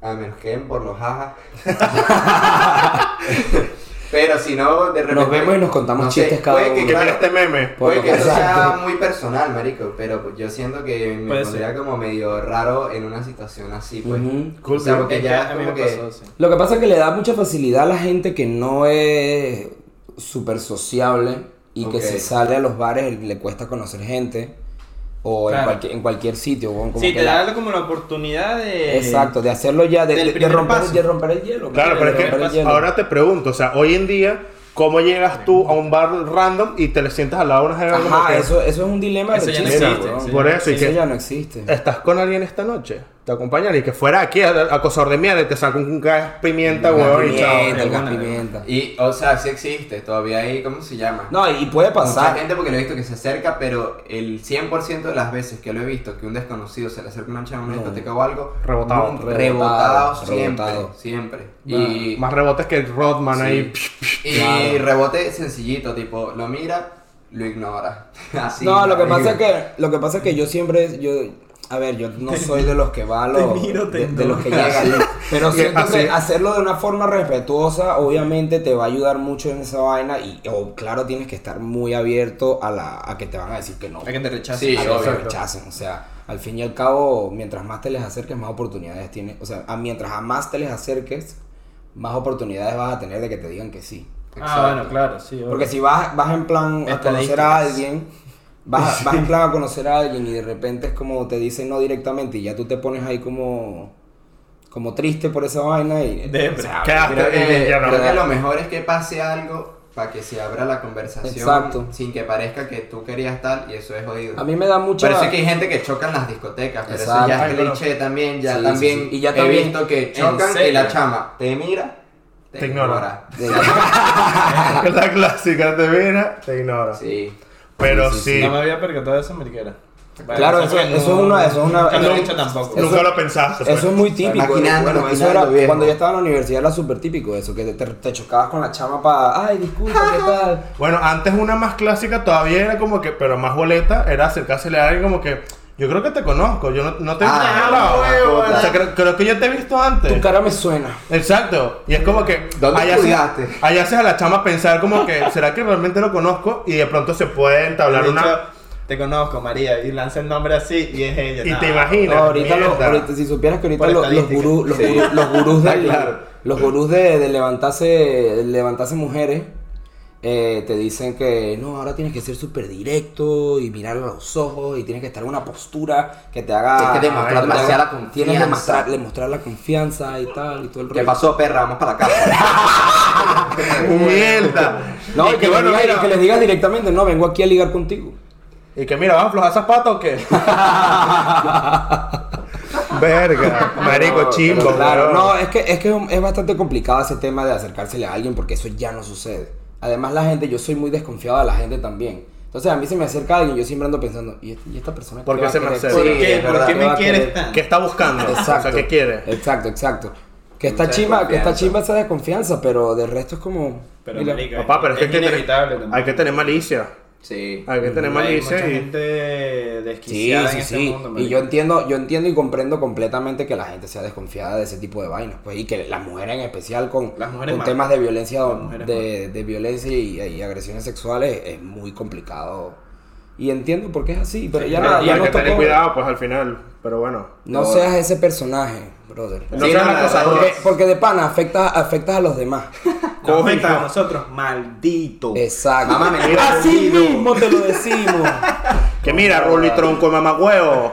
[SPEAKER 1] a menos que den por los jajas. *laughs* pero si no, de repente...
[SPEAKER 2] Nos vemos y nos contamos
[SPEAKER 1] no sé,
[SPEAKER 2] chistes cada
[SPEAKER 1] puede que
[SPEAKER 3] Que
[SPEAKER 2] uno.
[SPEAKER 3] mira
[SPEAKER 1] claro,
[SPEAKER 3] este meme.
[SPEAKER 2] Por
[SPEAKER 1] Puede
[SPEAKER 2] lo
[SPEAKER 1] que eso sea
[SPEAKER 2] exacto.
[SPEAKER 1] muy personal, marico, pero yo siento que me
[SPEAKER 4] Puede
[SPEAKER 1] pondría
[SPEAKER 4] ser.
[SPEAKER 1] como medio raro en una situación así, pues.
[SPEAKER 2] Ujú.
[SPEAKER 1] O sea, porque
[SPEAKER 4] Es que
[SPEAKER 1] ya
[SPEAKER 4] a
[SPEAKER 1] es
[SPEAKER 4] mí
[SPEAKER 1] como
[SPEAKER 4] me
[SPEAKER 1] que...
[SPEAKER 4] pasó, sí.
[SPEAKER 2] Lo que pasa es que le da mucha facilidad a la gente que no es súper sociable y que
[SPEAKER 1] Ok.
[SPEAKER 2] si sale a los bares le cuesta conocer gente o en,
[SPEAKER 4] Claro.
[SPEAKER 2] cualquier, en cualquier sitio. weón, como
[SPEAKER 4] Sí,
[SPEAKER 2] que
[SPEAKER 4] te
[SPEAKER 2] la-
[SPEAKER 4] da como la oportunidad
[SPEAKER 3] eh,
[SPEAKER 4] de.
[SPEAKER 2] Exacto, de hacerlo ya, de,
[SPEAKER 4] del
[SPEAKER 2] de- de
[SPEAKER 4] primer
[SPEAKER 2] romper,
[SPEAKER 4] paso.
[SPEAKER 2] de romper el hielo.
[SPEAKER 3] Claro,
[SPEAKER 2] de
[SPEAKER 3] pero
[SPEAKER 2] romper el
[SPEAKER 3] es que
[SPEAKER 2] hielo.
[SPEAKER 3] ahora te pregunto, o sea, hoy en día, ¿cómo llegas tú a un bar random y te le sientas al lado de una jeva como
[SPEAKER 2] Ajá,
[SPEAKER 3] que,
[SPEAKER 2] eso, eso es un dilema
[SPEAKER 4] Eso ya no
[SPEAKER 2] rechísimo,
[SPEAKER 4] existe,
[SPEAKER 2] weón.
[SPEAKER 4] sí.
[SPEAKER 3] Por eso, y
[SPEAKER 2] Eso
[SPEAKER 3] que
[SPEAKER 2] ya no existe.
[SPEAKER 3] estás con alguien esta noche, te acompañan y que fuera aquí a- acosador de mierda y te saca un gas pimienta, huevón, y chao.
[SPEAKER 2] Pimienta, el gas
[SPEAKER 4] Bueno,
[SPEAKER 2] pimienta.
[SPEAKER 1] Y, o sea, sí existe, todavía hay, ¿cómo se llama?
[SPEAKER 2] No, y puede
[SPEAKER 1] Mucha
[SPEAKER 2] pasar.
[SPEAKER 1] gente porque lo he visto que se acerca, pero el 100% de las veces que lo he visto que un desconocido se le acerca una chava en una
[SPEAKER 2] No.
[SPEAKER 1] discoteca o algo,
[SPEAKER 3] Rebotado.
[SPEAKER 1] no,
[SPEAKER 2] Rebotado,
[SPEAKER 1] rebotado, siempre,
[SPEAKER 2] rebotado.
[SPEAKER 1] siempre.
[SPEAKER 3] Y
[SPEAKER 1] Y,
[SPEAKER 3] más rebotes que el Rodman
[SPEAKER 1] sí.
[SPEAKER 3] ahí.
[SPEAKER 1] Y
[SPEAKER 2] Claro.
[SPEAKER 1] rebote sencillito, tipo, lo mira, lo ignora. *laughs* Así.
[SPEAKER 2] no, lo que
[SPEAKER 1] marico.
[SPEAKER 2] pasa es que lo que pasa es que yo siempre yo a ver, yo
[SPEAKER 4] *laughs*
[SPEAKER 2] no soy de los que va a los
[SPEAKER 4] Te miro, te
[SPEAKER 2] de, de los que
[SPEAKER 1] ignoro.
[SPEAKER 2] llegan,
[SPEAKER 4] *laughs*
[SPEAKER 2] pero
[SPEAKER 3] Y
[SPEAKER 2] siento
[SPEAKER 3] así-
[SPEAKER 2] que hacerlo de una forma respetuosa obviamente te va a ayudar mucho en esa vaina y o, claro, tienes que estar muy abierto a la a que te van a decir que no.
[SPEAKER 4] A que te rechazas.
[SPEAKER 1] Sí,
[SPEAKER 2] a que se
[SPEAKER 1] obvio.
[SPEAKER 2] rechacen, o sea, al fin y al cabo, mientras más te les acerques, más oportunidades tienes, o sea, a- mientras a más te les acerques, más oportunidades vas a tener de que te digan que sí.
[SPEAKER 4] Ah, bueno, claro, sí. obvio.
[SPEAKER 2] Porque si vas, vas en plan a conocer a alguien, vas, vas en plan a conocer a alguien y de repente es como te dicen no directamente y ya tú te pones ahí como, como triste por esa vaina y...
[SPEAKER 4] Depre.
[SPEAKER 3] Quedaste
[SPEAKER 1] Creo que,
[SPEAKER 3] y ya no.
[SPEAKER 1] creo que lo mejor es que pase algo para que se abra la conversación
[SPEAKER 2] Exacto.
[SPEAKER 1] sin que parezca que tú querías tal y eso es jodido.
[SPEAKER 2] A mí me da mucha...
[SPEAKER 1] Pero eso es que hay gente que choca en las discotecas, pero
[SPEAKER 2] Exacto.
[SPEAKER 1] eso ya
[SPEAKER 2] Ay,
[SPEAKER 1] es
[SPEAKER 2] pero-
[SPEAKER 1] cliché también, ya
[SPEAKER 2] Sí, sí,
[SPEAKER 1] también
[SPEAKER 2] sí. Y ya también-
[SPEAKER 1] he visto que
[SPEAKER 4] ¿En
[SPEAKER 1] chocan y
[SPEAKER 4] serio?
[SPEAKER 1] la chama te mira, te,
[SPEAKER 3] Te ignora.
[SPEAKER 1] ignora.
[SPEAKER 2] de-
[SPEAKER 3] Es *laughs* la clásica, te mira, te ignora.
[SPEAKER 1] Sí.
[SPEAKER 3] Pero
[SPEAKER 2] Sí,
[SPEAKER 3] sí,
[SPEAKER 2] sí, sí.
[SPEAKER 4] No me había percatado de esa mariquera. Bueno,
[SPEAKER 2] Claro,
[SPEAKER 4] no sé
[SPEAKER 2] eso-
[SPEAKER 4] porque
[SPEAKER 2] eso es
[SPEAKER 4] no-
[SPEAKER 2] una- eso es una-
[SPEAKER 4] Nunca lo he
[SPEAKER 3] no-
[SPEAKER 4] hecho tampoco.
[SPEAKER 3] nunca
[SPEAKER 2] eso-
[SPEAKER 3] lo pensaste. pues.
[SPEAKER 2] Eso es muy típico.
[SPEAKER 1] Maquinando,
[SPEAKER 2] bueno, eso
[SPEAKER 1] maquinando,
[SPEAKER 2] era-
[SPEAKER 1] viejo.
[SPEAKER 2] cuando yo estaba en la universidad era súper típico eso, que te, te chocabas con la chama para, ay, disculpa, ¿qué tal?
[SPEAKER 3] Bueno, antes una más clásica todavía era como que, pero más boleta, era acercársele a alguien como que, yo creo que te conozco, yo no, no te he
[SPEAKER 1] Ah,
[SPEAKER 3] visto en ningún lado".
[SPEAKER 1] huevona.
[SPEAKER 3] O sea, creo, creo que yo te he visto
[SPEAKER 2] Tu
[SPEAKER 3] antes.
[SPEAKER 2] cara me suena.
[SPEAKER 3] Exacto. Y es como que
[SPEAKER 1] ¿Dónde
[SPEAKER 3] ahí haces-
[SPEAKER 1] estudiaste?
[SPEAKER 3] ahí haces a la chama pensar como que, ¿será que realmente lo conozco? Y de pronto se puede entablar
[SPEAKER 4] Dicho,
[SPEAKER 3] una...
[SPEAKER 4] Te conozco, María, y lanza el nombre así y es ella.
[SPEAKER 3] Y
[SPEAKER 4] nah.
[SPEAKER 3] te imaginas.
[SPEAKER 2] No, ahorita, lo-
[SPEAKER 3] mierda.
[SPEAKER 2] ahorita- si supieras que ahorita
[SPEAKER 4] Por
[SPEAKER 2] lo- los,
[SPEAKER 4] estadística.
[SPEAKER 2] gurús, los, gurús, los gurús
[SPEAKER 1] Ah,
[SPEAKER 2] del-
[SPEAKER 1] claro.
[SPEAKER 2] los gurús de, de levantarse, de levantarse mujeres eh, te dicen que no, ahora tienes que ser súper directo y mirar a los ojos y tienes que estar en una postura que te haga.
[SPEAKER 1] Tienes que demostrar
[SPEAKER 2] te haga-
[SPEAKER 1] demasiada confianza.
[SPEAKER 2] Tienes que demostrar, demostrar la confianza y tal y todo el
[SPEAKER 1] ¿Qué
[SPEAKER 2] rollo.
[SPEAKER 1] pasó, perra? Vamos para la casa.
[SPEAKER 3] Mierda.
[SPEAKER 2] No, y que,
[SPEAKER 3] bueno,
[SPEAKER 2] les digas,
[SPEAKER 3] mira.
[SPEAKER 2] y que les digas directamente, no, vengo aquí a ligar contigo.
[SPEAKER 3] Y que mira, ¿vas a aflojar zapatos
[SPEAKER 2] *laughs*
[SPEAKER 3] o qué? Verga, marico,
[SPEAKER 2] No,
[SPEAKER 3] chimbo.
[SPEAKER 2] pero Claro,
[SPEAKER 3] weón.
[SPEAKER 2] no, es que, es que es un- es bastante complicado ese tema de acercársele a alguien porque eso ya no sucede. Además, la gente, yo soy muy desconfiado de la gente también. Entonces, a mí se me acerca alguien, yo siempre ando pensando, ¿y, este- y esta persona
[SPEAKER 3] ¿Por qué
[SPEAKER 2] va a
[SPEAKER 3] se me
[SPEAKER 2] querer?
[SPEAKER 3] acerca?
[SPEAKER 4] ¿Por
[SPEAKER 1] Sí,
[SPEAKER 4] qué,
[SPEAKER 1] es
[SPEAKER 4] ¿Por
[SPEAKER 1] verdad,
[SPEAKER 4] qué
[SPEAKER 2] te va
[SPEAKER 4] me
[SPEAKER 2] a
[SPEAKER 4] quieres
[SPEAKER 2] querer.
[SPEAKER 4] tan?
[SPEAKER 3] ¿Qué está buscando? O
[SPEAKER 2] Exacto.
[SPEAKER 3] sea, ¿qué quiere?
[SPEAKER 2] Exacto, exacto. Que está
[SPEAKER 1] Mucha
[SPEAKER 2] chima, que está
[SPEAKER 1] desconfianza.
[SPEAKER 2] chima esa desconfianza, pero de resto es como.
[SPEAKER 4] Pero,
[SPEAKER 2] mira,
[SPEAKER 4] marica,
[SPEAKER 3] Papá, pero es, que hay que,
[SPEAKER 4] Eh, inevitable
[SPEAKER 3] tener,
[SPEAKER 4] también.
[SPEAKER 3] hay que tener malicia.
[SPEAKER 1] Sí.
[SPEAKER 3] Hay que tener
[SPEAKER 4] Hay mucha
[SPEAKER 3] malicia y
[SPEAKER 4] gente
[SPEAKER 2] Sí,
[SPEAKER 4] desquiciada
[SPEAKER 2] sí,
[SPEAKER 4] en este
[SPEAKER 2] sí.
[SPEAKER 4] mundo.
[SPEAKER 2] y
[SPEAKER 4] marico.
[SPEAKER 2] yo entiendo, yo entiendo y comprendo completamente que la gente sea desconfiada de ese tipo de vainas, pues, y que las mujeres en especial con,
[SPEAKER 4] Las mujeres
[SPEAKER 2] con
[SPEAKER 4] más.
[SPEAKER 2] temas de violencia,
[SPEAKER 4] Las mujeres
[SPEAKER 2] de, de violencia y, y agresiones sexuales es muy complicado. Y entiendo por qué es así, pero
[SPEAKER 4] Sí,
[SPEAKER 2] ya,
[SPEAKER 4] pero
[SPEAKER 2] nada,
[SPEAKER 3] y
[SPEAKER 2] ya
[SPEAKER 3] hay
[SPEAKER 2] nos
[SPEAKER 3] que tener
[SPEAKER 2] tocó.
[SPEAKER 3] cuidado pues al final. Pero bueno.
[SPEAKER 2] No
[SPEAKER 1] No.
[SPEAKER 2] seas ese personaje, brother.
[SPEAKER 3] No
[SPEAKER 1] Sí,
[SPEAKER 3] seas
[SPEAKER 1] no, no,
[SPEAKER 3] acosador.
[SPEAKER 1] no,
[SPEAKER 2] Porque, porque de pana afectas afectas a los demás.
[SPEAKER 4] Nos
[SPEAKER 3] Coño.
[SPEAKER 4] afecta a nosotros, maldito.
[SPEAKER 2] Exacto.
[SPEAKER 1] Mamá, me mira
[SPEAKER 2] Así
[SPEAKER 1] jodido.
[SPEAKER 2] mismo te lo decimos.
[SPEAKER 3] Que mira, Rulli Tronco, mamagüevo.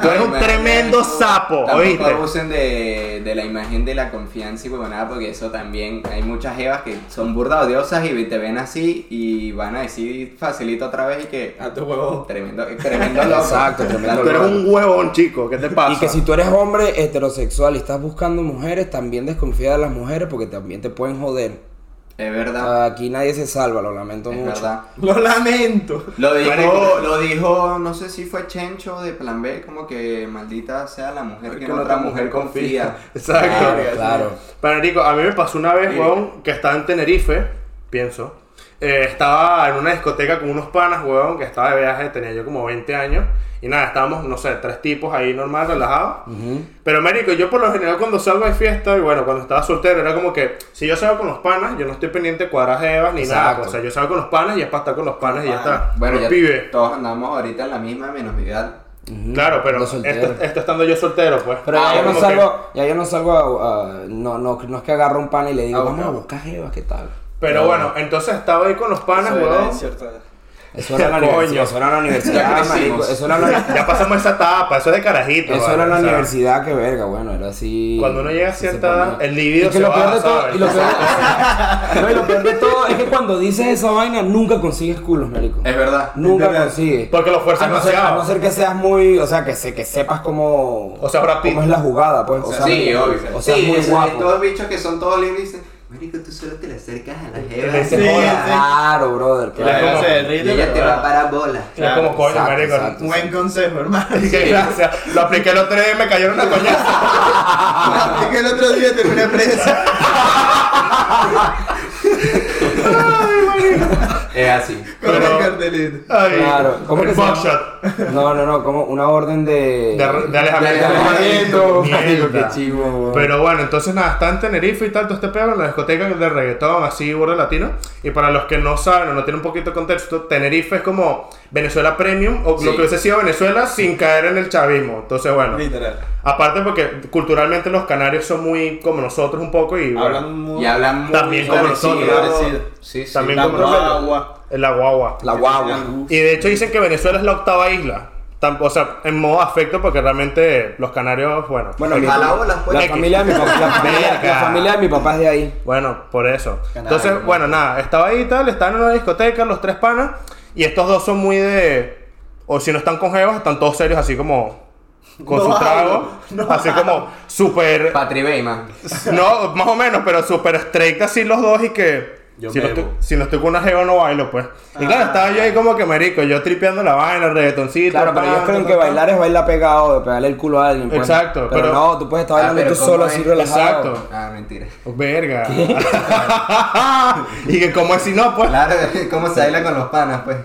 [SPEAKER 3] Tú eres un
[SPEAKER 1] Ay, man,
[SPEAKER 3] tremendo
[SPEAKER 1] tampoco-
[SPEAKER 3] sapo,
[SPEAKER 1] Tampoco
[SPEAKER 3] ¿oíste?
[SPEAKER 1] abusen de, de la imagen de la confianza y huevonada, porque eso también hay muchas jevas que son burdas odiosas y te ven así y van a decir facilito otra vez y que
[SPEAKER 4] A tu huevo.
[SPEAKER 1] tremendo, tremendo loco.
[SPEAKER 2] Exacto, tremendo
[SPEAKER 3] Tú eres un huevón, chico. ¿Qué te pasa?
[SPEAKER 2] Y que si tú eres hombre heterosexual y estás buscando mujeres, también desconfía de las mujeres porque también te pueden joder.
[SPEAKER 1] Es
[SPEAKER 3] Ah.
[SPEAKER 1] verdad,
[SPEAKER 2] Aquí nadie se salva, lo lamento
[SPEAKER 1] es
[SPEAKER 2] mucho.
[SPEAKER 1] verdad.
[SPEAKER 4] Lo lamento.
[SPEAKER 1] Lo dijo,
[SPEAKER 3] Marico.
[SPEAKER 1] lo dijo, no sé si fue Chencho de Plan B, como que maldita sea la mujer que en otra mujer confía.
[SPEAKER 3] *laughs* Exacto.
[SPEAKER 2] Claro, claro.
[SPEAKER 3] Pero Nico, a mí me pasó una vez, weón, que estaba en Tenerife, pienso. eh, estaba en una discoteca con unos panas, weón, que estaba de viaje, tenía yo como 20 años. Y nada, estábamos, no sé, tres tipos ahí normal, relajados. Pero, marico, yo por lo general cuando salgo de fiesta, y bueno, cuando estaba soltero, era como que si yo salgo con los panas, yo no estoy pendiente de cuadrar evas ni nada.
[SPEAKER 2] Exacto.
[SPEAKER 3] pues, O sea, yo salgo con los panas y es para estar con los panas y ya está.
[SPEAKER 1] Ah, Bueno,
[SPEAKER 3] los
[SPEAKER 1] ya
[SPEAKER 3] pibes.
[SPEAKER 1] todos andamos ahorita en la misma menos Vidal.
[SPEAKER 2] Ujú.
[SPEAKER 3] Claro, pero
[SPEAKER 2] Los solteros.
[SPEAKER 3] esto, esto estando yo soltero, pues.
[SPEAKER 2] Pero
[SPEAKER 1] Ah,
[SPEAKER 2] ya, yo no
[SPEAKER 3] como que-
[SPEAKER 2] salgo, ya yo no salgo a, a- no, no, no es que agarro un pan y le digo,
[SPEAKER 1] Ah,
[SPEAKER 2] vamos
[SPEAKER 1] bueno.
[SPEAKER 2] a buscar jevas, ¿qué tal?
[SPEAKER 3] Pero bueno, entonces estaba ahí con los panas,
[SPEAKER 4] Eso era
[SPEAKER 3] weón.
[SPEAKER 4] de cierta edad.
[SPEAKER 2] Eso era la
[SPEAKER 3] Coño.
[SPEAKER 2] universidad. Eso era la
[SPEAKER 1] Ya
[SPEAKER 2] universidad,
[SPEAKER 1] crecimos.
[SPEAKER 2] marico, Eso era
[SPEAKER 3] *laughs*
[SPEAKER 2] la,
[SPEAKER 3] Ya pasamos esa etapa, eso es de carajito.
[SPEAKER 2] eso
[SPEAKER 3] vale,
[SPEAKER 2] era la
[SPEAKER 3] o sea,
[SPEAKER 2] universidad, que verga, bueno, era así.
[SPEAKER 3] Cuando uno llega a
[SPEAKER 2] sí
[SPEAKER 3] cierta
[SPEAKER 2] se
[SPEAKER 3] edad,
[SPEAKER 2] ponía.
[SPEAKER 3] el libido
[SPEAKER 2] Y que
[SPEAKER 3] se
[SPEAKER 2] lo
[SPEAKER 3] va,
[SPEAKER 2] peor de todo-
[SPEAKER 3] ¿sabes?
[SPEAKER 2] y lo peor *laughs* de- No, y lo peor de todo es que cuando dices esa vaina, nunca consigues culos, marico.
[SPEAKER 1] Es verdad.
[SPEAKER 2] Nunca
[SPEAKER 4] verdad.
[SPEAKER 2] consigues.
[SPEAKER 3] Porque lo fuerzas
[SPEAKER 2] a Ah, no, ser,
[SPEAKER 3] demasiado.
[SPEAKER 2] a no ser que seas muy, o sea, que, se, que sepas cómo,
[SPEAKER 3] O sea, Brad Pitt.
[SPEAKER 2] cómo es la jugada, pues. O sea,
[SPEAKER 1] sí, obvio.
[SPEAKER 2] O sea,
[SPEAKER 1] sí,
[SPEAKER 2] es muy
[SPEAKER 1] eso,
[SPEAKER 2] guapo.
[SPEAKER 1] Todos los bichos que son todos lindos dicen, marico, tú solo te le acercas a la jeva.
[SPEAKER 3] Sí,
[SPEAKER 4] sí.
[SPEAKER 2] Claro, brother.
[SPEAKER 4] La
[SPEAKER 2] Claro.
[SPEAKER 3] como-
[SPEAKER 4] gente se
[SPEAKER 1] Y
[SPEAKER 4] ríe,
[SPEAKER 1] ella te
[SPEAKER 4] pero-
[SPEAKER 1] va a parar *laughs* bola.
[SPEAKER 3] Es como coño,
[SPEAKER 2] Exacto,
[SPEAKER 3] marico.
[SPEAKER 2] exacto.
[SPEAKER 4] Buen consejo, hermano.
[SPEAKER 3] Qué gracia. Lo apliqué el otro día y me cayeron una
[SPEAKER 2] *laughs*
[SPEAKER 3] coñaza.
[SPEAKER 4] Es que el otro día terminé
[SPEAKER 1] *laughs*
[SPEAKER 4] presa.
[SPEAKER 1] Es así.
[SPEAKER 4] Con
[SPEAKER 3] Pero-
[SPEAKER 4] el cartelito.
[SPEAKER 3] Ay,
[SPEAKER 2] Claro. ¿Cómo
[SPEAKER 3] el
[SPEAKER 2] que se llama?
[SPEAKER 3] buckshot.
[SPEAKER 2] No, no, no, como una orden de...
[SPEAKER 3] De, de alejamiento.
[SPEAKER 1] alejamiento.
[SPEAKER 3] Mierda.
[SPEAKER 2] Marico, qué chivo, weón.
[SPEAKER 3] Pero bueno, entonces nada, está en Tenerife y tal, todo este pedo en la discoteca de reggaetón, así, burro latino. Y para los que no saben o no tienen un poquito de contexto, Tenerife es como Venezuela Premium o
[SPEAKER 1] Sí.
[SPEAKER 3] lo que hubiese sido Venezuela sin caer en el chavismo. Entonces, bueno.
[SPEAKER 4] Literal.
[SPEAKER 3] Aparte porque culturalmente los canarios son muy como nosotros un poco y bueno,
[SPEAKER 4] Hablan muy.
[SPEAKER 1] Y hablan muy
[SPEAKER 3] También como
[SPEAKER 1] parecido.
[SPEAKER 4] nosotros. Parecido.
[SPEAKER 1] Sí, sí.
[SPEAKER 3] También
[SPEAKER 4] La
[SPEAKER 3] como nosotros.
[SPEAKER 4] guagua.
[SPEAKER 3] en la guagua.
[SPEAKER 2] La guagua.
[SPEAKER 3] Y de hecho dicen que Venezuela es la octava isla. Tam- O sea, en modo afecto porque realmente los canarios, bueno.
[SPEAKER 2] Bueno, mi-
[SPEAKER 1] A la
[SPEAKER 2] la,
[SPEAKER 1] bola, pues.
[SPEAKER 2] familia de mi papá, la, familia,
[SPEAKER 3] Verga.
[SPEAKER 2] la familia de mi papá es de ahí.
[SPEAKER 3] Bueno, por eso.
[SPEAKER 4] Canarios,
[SPEAKER 3] Entonces,
[SPEAKER 4] ¿no?
[SPEAKER 3] bueno, nada, estaba ahí y tal, estaban en una discoteca los tres panas y estos dos son muy de... O si no están con jevas, están todos serios así como...
[SPEAKER 2] *laughs*
[SPEAKER 3] Con
[SPEAKER 4] No
[SPEAKER 3] su trago,
[SPEAKER 4] hablo, no
[SPEAKER 3] así como súper
[SPEAKER 1] Patri Beyman.
[SPEAKER 3] No, más o menos, pero súper straight así los dos y que...
[SPEAKER 4] Yo
[SPEAKER 3] si, no
[SPEAKER 4] bebo.
[SPEAKER 3] estoy, si no estoy con una jeva no bailo, pues. Y
[SPEAKER 2] Ah.
[SPEAKER 3] claro, estaba yo ahí como que marico, yo tripeando la vaina, el reggaetoncito.
[SPEAKER 2] Claro, pero
[SPEAKER 3] pan,
[SPEAKER 2] ellos creen que
[SPEAKER 3] pan, pan.
[SPEAKER 2] bailar es bailar pegado, de pegarle el culo a alguien. pues.
[SPEAKER 3] Exacto,
[SPEAKER 2] Pero,
[SPEAKER 3] pero-
[SPEAKER 2] no, tú puedes estar
[SPEAKER 1] Ah,
[SPEAKER 2] bailando
[SPEAKER 1] pero
[SPEAKER 2] tú
[SPEAKER 1] ¿cómo
[SPEAKER 2] solo
[SPEAKER 1] es?
[SPEAKER 2] así relajado.
[SPEAKER 3] Exacto.
[SPEAKER 1] Ah, mentira.
[SPEAKER 3] Oh, Verga. *laughs* y que como es si no, pues,
[SPEAKER 2] *laughs*
[SPEAKER 1] Claro, *laughs* ¿cómo se baila con los panas, pues?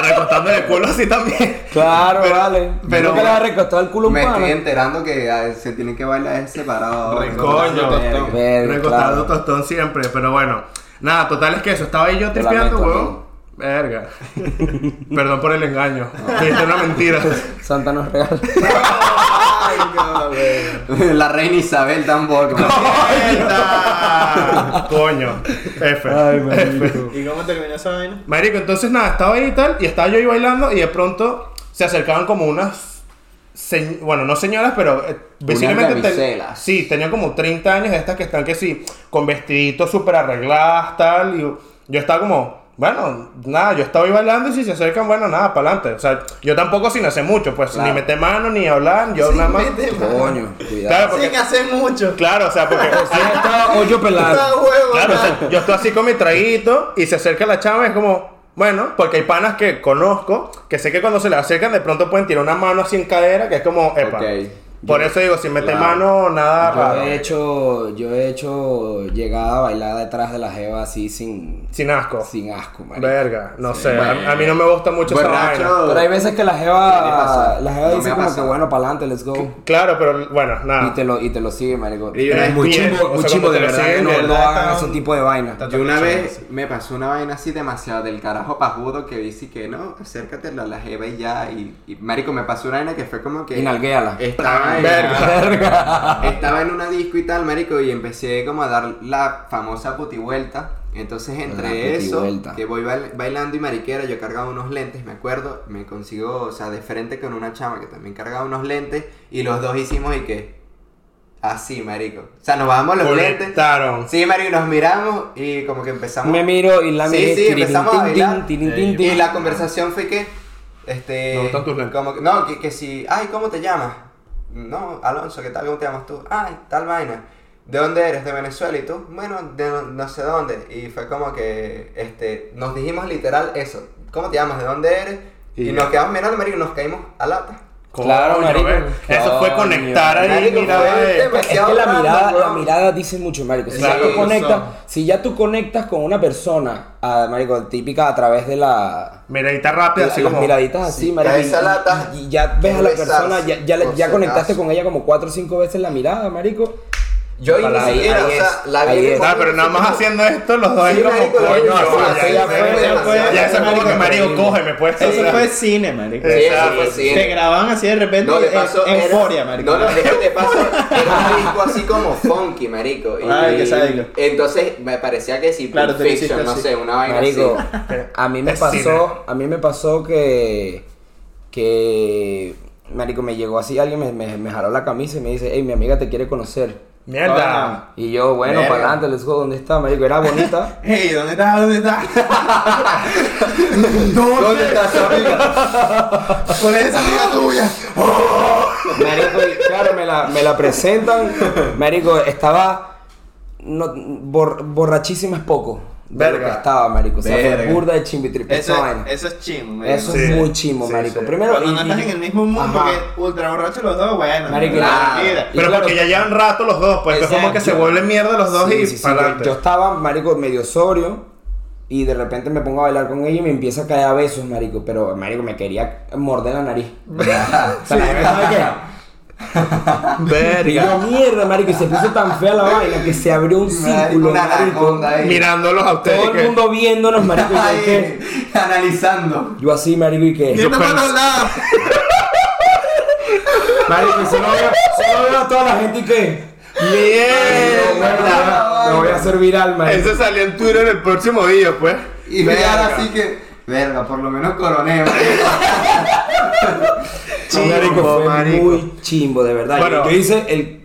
[SPEAKER 3] recostándole el culo así también.
[SPEAKER 2] Claro, vale.
[SPEAKER 3] pero-
[SPEAKER 2] Pero que le has recostado el culo a un
[SPEAKER 1] Me
[SPEAKER 2] pana?
[SPEAKER 1] estoy enterando que ah, se tienen que bailar separados.
[SPEAKER 3] Recoño.
[SPEAKER 1] Verga.
[SPEAKER 2] Verga,
[SPEAKER 3] Recostado
[SPEAKER 2] claro.
[SPEAKER 3] tostón siempre, pero bueno. Nada, total es que eso, estaba ahí yo
[SPEAKER 2] Te
[SPEAKER 3] tripeando,
[SPEAKER 2] lamento,
[SPEAKER 3] weón. Verga.
[SPEAKER 2] *laughs*
[SPEAKER 3] Perdón por el engaño.
[SPEAKER 2] Ah.
[SPEAKER 3] *laughs* Dijiste
[SPEAKER 2] *laughs*
[SPEAKER 3] una mentira.
[SPEAKER 2] Santa nos regala.
[SPEAKER 4] Ay, no, güey.
[SPEAKER 1] La reina Isabel tampoco.
[SPEAKER 3] ¡Mierda! Coño. F. F.
[SPEAKER 4] ¿Y cómo terminó esa vaina?
[SPEAKER 3] Marico, entonces nada, estaba ahí y tal, y estaba yo ahí bailando, y de pronto se acercaban como unas. se- bueno, no señoras, pero. eh, visiblemente ten-
[SPEAKER 1] damiselas.
[SPEAKER 3] sí, tenían como 30 años, estas que están que sí, con vestiditos súper arregladas, tal, y yo estaba como. Bueno, nada, yo estaba ahí bailando y si se acercan, bueno, nada, para adelante. O sea, yo tampoco sin hacer mucho, pues
[SPEAKER 1] Claro.
[SPEAKER 3] ni meter mano, ni hablar, yo nada más.
[SPEAKER 4] Vete, man.
[SPEAKER 2] Coño, cuidado.
[SPEAKER 3] Claro, porque,
[SPEAKER 4] Sin hacer mucho.
[SPEAKER 3] claro, o sea,
[SPEAKER 1] *laughs*
[SPEAKER 3] porque hay-
[SPEAKER 2] Ahí está hoyo
[SPEAKER 4] Está
[SPEAKER 2] pelado.
[SPEAKER 4] huevo.
[SPEAKER 3] Claro, o
[SPEAKER 4] man.
[SPEAKER 3] sea, yo estoy así con mi traguito y se acerca la chama y es como, bueno, porque hay panas que conozco que sé que cuando se le acercan de pronto pueden tirar una mano así en cadera que es como, epa.
[SPEAKER 1] Ok.
[SPEAKER 3] Por eso digo, sin meter mano, nada
[SPEAKER 2] Yo
[SPEAKER 3] raro.
[SPEAKER 2] he hecho, yo he hecho llegada bailada detrás de la jeva así sin,
[SPEAKER 3] Sin asco.
[SPEAKER 2] sin asco, marico.
[SPEAKER 3] Verga, no sé. a-
[SPEAKER 1] bueno.
[SPEAKER 3] A, mí no me gusta mucho
[SPEAKER 1] Borracho.
[SPEAKER 3] esa vaina.
[SPEAKER 2] Pero hay veces que la
[SPEAKER 1] ¿Qué le
[SPEAKER 2] jeva,
[SPEAKER 1] pasa?
[SPEAKER 2] la jeva
[SPEAKER 1] No me
[SPEAKER 2] dice
[SPEAKER 1] ha
[SPEAKER 2] como que
[SPEAKER 1] pasado.
[SPEAKER 2] bueno, para adelante, let's go.
[SPEAKER 3] Claro, pero bueno,
[SPEAKER 2] Y
[SPEAKER 3] nada.
[SPEAKER 2] te lo, y te lo sigue, marico.
[SPEAKER 1] Y yo una
[SPEAKER 3] Eh,
[SPEAKER 1] vez-
[SPEAKER 2] Muy
[SPEAKER 3] bien,
[SPEAKER 2] chimbo,
[SPEAKER 3] o sea,
[SPEAKER 2] muy
[SPEAKER 3] como
[SPEAKER 2] chimbo,
[SPEAKER 3] te
[SPEAKER 2] de
[SPEAKER 3] lo
[SPEAKER 2] verdad,
[SPEAKER 4] ¿eh?
[SPEAKER 3] siguen,
[SPEAKER 2] que
[SPEAKER 3] de
[SPEAKER 2] no, no
[SPEAKER 3] verdad,
[SPEAKER 2] hagan
[SPEAKER 3] está-
[SPEAKER 2] ese tipo de vaina.
[SPEAKER 1] Yo una vez me pasó una vaina así demasiado del carajo pajudo que dice que no, acércate a la jeva y ya. Y, y, marico, me pasó una vaina que fue como que.
[SPEAKER 2] Y nalguéala.
[SPEAKER 3] Eh,
[SPEAKER 1] Estaba en,
[SPEAKER 3] Verga.
[SPEAKER 1] estaba en una disco y tal, marico, y empecé como a dar la famosa putivuelta. Entonces, entre
[SPEAKER 2] La
[SPEAKER 1] eso,
[SPEAKER 2] putivuelta.
[SPEAKER 1] que voy bail- bailando y mariquera, yo cargaba unos lentes, me acuerdo, me consigo, o sea, de frente con una chama que también cargaba unos lentes, y los dos hicimos y que. Así, marico. O sea, nos bajamos los lentes.
[SPEAKER 3] Conectaron.
[SPEAKER 1] Sí, marico, nos miramos y como que empezamos.
[SPEAKER 2] Me miro y la
[SPEAKER 1] Sí,
[SPEAKER 2] miro.
[SPEAKER 1] sí, empezamos a bailar.
[SPEAKER 3] Eh,
[SPEAKER 4] Y
[SPEAKER 1] Y la conversación fue que. Este.
[SPEAKER 3] Me gustan tus lentes.
[SPEAKER 1] como que- no, que, que si. Ay, ¿cómo te llamas? No, Alonso, ¿qué tal? ¿Cómo te llamas tú? Ay, tal vaina. ¿De dónde eres? ¿De Venezuela? ¿Y tú? Bueno, de no, no sé dónde. Y fue como que. Este. Nos dijimos literal eso. ¿Cómo te llamas? ¿De dónde eres? Y,
[SPEAKER 3] Y
[SPEAKER 1] nos quedamos mirando, marico, y nos caímos a lata.
[SPEAKER 2] Claro,
[SPEAKER 3] Coño,
[SPEAKER 2] marico.
[SPEAKER 3] ven. Eso fue
[SPEAKER 2] Coño.
[SPEAKER 3] conectar ahí,
[SPEAKER 1] Marico,
[SPEAKER 3] mira,
[SPEAKER 1] fue
[SPEAKER 3] eh.
[SPEAKER 1] el tema.
[SPEAKER 2] Es que la
[SPEAKER 1] Demasiado
[SPEAKER 2] mirada,
[SPEAKER 1] random,
[SPEAKER 2] la
[SPEAKER 1] weón.
[SPEAKER 2] mirada dice mucho, marico. Si
[SPEAKER 1] Claro,
[SPEAKER 2] ya tú conectas,
[SPEAKER 4] eso.
[SPEAKER 2] si ya tú conectas con una persona, ah, marico, típica a través de la
[SPEAKER 3] Miradita rápida,
[SPEAKER 2] la-
[SPEAKER 3] así
[SPEAKER 2] las
[SPEAKER 3] como.
[SPEAKER 2] miraditas así,
[SPEAKER 1] Sí,
[SPEAKER 2] marico.
[SPEAKER 1] cae esa
[SPEAKER 2] y-
[SPEAKER 1] lata,
[SPEAKER 2] y, y ya ves a la
[SPEAKER 1] besarse,
[SPEAKER 2] persona, ya, ya, la-
[SPEAKER 1] por
[SPEAKER 2] ya
[SPEAKER 1] si
[SPEAKER 2] conectaste
[SPEAKER 1] acaso.
[SPEAKER 2] con ella como cuatro o cinco veces la mirada, marico.
[SPEAKER 1] Yo y ni
[SPEAKER 2] Ahí-
[SPEAKER 1] siquiera, o
[SPEAKER 2] ahí
[SPEAKER 1] sea,
[SPEAKER 2] es,
[SPEAKER 1] la vi
[SPEAKER 2] ahí
[SPEAKER 1] de
[SPEAKER 2] es.
[SPEAKER 3] Ah,
[SPEAKER 1] momento,
[SPEAKER 3] pero nada
[SPEAKER 1] así
[SPEAKER 3] más
[SPEAKER 1] como-
[SPEAKER 3] haciendo esto, los dos
[SPEAKER 1] Sí,
[SPEAKER 3] es como,
[SPEAKER 1] marico, la vi
[SPEAKER 3] coño,
[SPEAKER 1] de
[SPEAKER 3] así,
[SPEAKER 1] momento, así,
[SPEAKER 3] ya, ya,
[SPEAKER 1] fue
[SPEAKER 4] Pues,
[SPEAKER 3] ya,
[SPEAKER 1] demasiado.
[SPEAKER 3] Ya, eso es como que marico, cógeme, pues. o
[SPEAKER 4] Eso
[SPEAKER 3] sea.
[SPEAKER 4] fue cine, marico.
[SPEAKER 1] Sí,
[SPEAKER 4] O sea,
[SPEAKER 1] eso fue cine.
[SPEAKER 4] Te grababan así de repente
[SPEAKER 1] No, de
[SPEAKER 4] en-
[SPEAKER 1] paso
[SPEAKER 4] en
[SPEAKER 1] era-
[SPEAKER 4] euforia, marico.
[SPEAKER 1] No, no, eh. es que de paso era un disco *laughs* así como funky, marico. Y,
[SPEAKER 4] Ay, qué sádico.
[SPEAKER 1] Entonces me parecía que si
[SPEAKER 4] Claro,
[SPEAKER 1] Pulp
[SPEAKER 4] te lo hiciste
[SPEAKER 1] Fiction, no
[SPEAKER 4] así.
[SPEAKER 1] sé, una vaina
[SPEAKER 2] Marico,
[SPEAKER 1] así.
[SPEAKER 2] a mí me
[SPEAKER 3] Es cine.
[SPEAKER 2] pasó, a mí me pasó que, que, marico, me llegó así, alguien me, me, me jaló la camisa y me dice, hey, mi amiga te quiere conocer.
[SPEAKER 3] Mierda.
[SPEAKER 2] Y yo, bueno,
[SPEAKER 4] Verga.
[SPEAKER 2] para adelante, let's go, ¿dónde está, marico? Era bonita.
[SPEAKER 4] Hey, ¿dónde estás? ¿Dónde estás?
[SPEAKER 1] *laughs* ¿Dónde está su amiga?
[SPEAKER 4] ¿Cuál es esa amiga tuya?
[SPEAKER 2] Marico, y claro, me la, me la presentan. Marico, estaba no, bor- borrachísima es poco. de lo
[SPEAKER 3] Verga.
[SPEAKER 2] que estaba, marico. O sea, fue
[SPEAKER 4] Verga.
[SPEAKER 2] burda de chimbo y tripe, esa
[SPEAKER 4] Eso,
[SPEAKER 2] vaina.
[SPEAKER 4] eso es chimo, marico.
[SPEAKER 2] Eso
[SPEAKER 3] Sí.
[SPEAKER 2] es muy chimbo,
[SPEAKER 3] Sí,
[SPEAKER 2] marico.
[SPEAKER 3] sí.
[SPEAKER 2] Primero,
[SPEAKER 4] Cuando
[SPEAKER 2] y-
[SPEAKER 4] no estás
[SPEAKER 2] y-
[SPEAKER 4] en el mismo mundo
[SPEAKER 2] Ajá.
[SPEAKER 4] que ultra borracho los dos, bueno.
[SPEAKER 2] Marico,
[SPEAKER 4] nada,
[SPEAKER 2] y-
[SPEAKER 4] mira.
[SPEAKER 3] Pero
[SPEAKER 2] claro,
[SPEAKER 3] porque ya llevan rato los dos, pues es como
[SPEAKER 2] exacto.
[SPEAKER 3] que se vuelven mierda los dos
[SPEAKER 2] Sí,
[SPEAKER 3] y
[SPEAKER 2] sí, sí,
[SPEAKER 3] para
[SPEAKER 2] yo, yo
[SPEAKER 3] adelante.
[SPEAKER 2] estaba, marico, medio sobrio. Y de repente me pongo a bailar con ella y me empieza a caer a besos, marico. Pero, marico, me quería morder la nariz. O sea, la gente sabe *laughs* que- Y yo, mierda, marico, y se puso tan fea la vaina que se abrió un círculo,
[SPEAKER 1] Una
[SPEAKER 2] marico.
[SPEAKER 1] anaconda ahí.
[SPEAKER 3] *laughs* Mirándolos a ustedes.
[SPEAKER 2] Todo
[SPEAKER 3] que-
[SPEAKER 2] el mundo viéndonos, marico. y yo,
[SPEAKER 1] Ay,
[SPEAKER 2] ¿qué?
[SPEAKER 1] analizando.
[SPEAKER 2] Yo así, marico, y que...
[SPEAKER 4] Viendo para los lados.
[SPEAKER 2] Marico, y solo veo, solo veo a toda la gente y que...
[SPEAKER 3] Mierda.
[SPEAKER 2] Me voy a hacer viral, marico.
[SPEAKER 3] Eso salió en Twitter el próximo día, pues.
[SPEAKER 1] Y
[SPEAKER 3] Verga.
[SPEAKER 1] verga, así que. Verga, por lo menos coroné, marico.
[SPEAKER 2] No, marico, fue muy chimbo, de verdad.
[SPEAKER 3] Bueno.
[SPEAKER 2] yo hice el...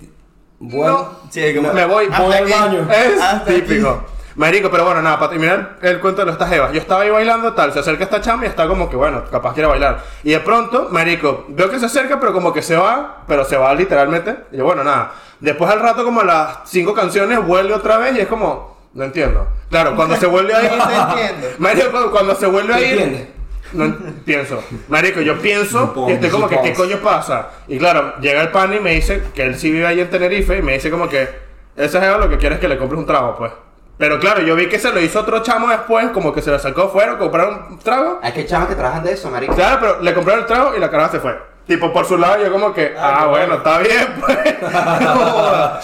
[SPEAKER 2] Bueno...
[SPEAKER 4] Sí, como-
[SPEAKER 3] Me voy,
[SPEAKER 4] Hasta
[SPEAKER 3] voy al
[SPEAKER 4] aquí.
[SPEAKER 3] baño.
[SPEAKER 4] Hasta
[SPEAKER 3] Es
[SPEAKER 4] aquí.
[SPEAKER 3] típico. Marico, pero bueno, nada, para terminar el cuento de estas jevas. Yo estaba ahí bailando, tal, se acerca esta chama y está como que, bueno, capaz quiere bailar. Y de pronto, marico, veo que se acerca, pero como que se va, pero se va literalmente. Y yo, bueno, nada. Después al rato, como a las cinco canciones, vuelve otra vez y es como, no entiendo. Claro, cuando se vuelve a ir...
[SPEAKER 4] *laughs* No entiendo.
[SPEAKER 3] Marico, cuando- cuando se vuelve a
[SPEAKER 2] ¿Qué
[SPEAKER 3] ir...
[SPEAKER 2] entiendes?
[SPEAKER 3] No en- pienso, marico, yo pienso
[SPEAKER 2] Supongo,
[SPEAKER 3] y estoy como que, ¿qué
[SPEAKER 2] supongo.
[SPEAKER 3] coño pasa? Y claro, llega el pan y me dice que él sí vive ahí en Tenerife y me dice como que, esa jeva lo que quiere es que le compres un trago, pues. Pero claro, yo vi que se lo hizo otro chamo después, como que se lo sacó, fueron, compraron un trago.
[SPEAKER 1] Hay que chavos que trabajan de eso, marico.
[SPEAKER 3] Claro, pero le compraron el trago y la cara se fue. Tipo, por su lado, yo como que, ah, bueno, está bien, *laughs* pues. No jodas.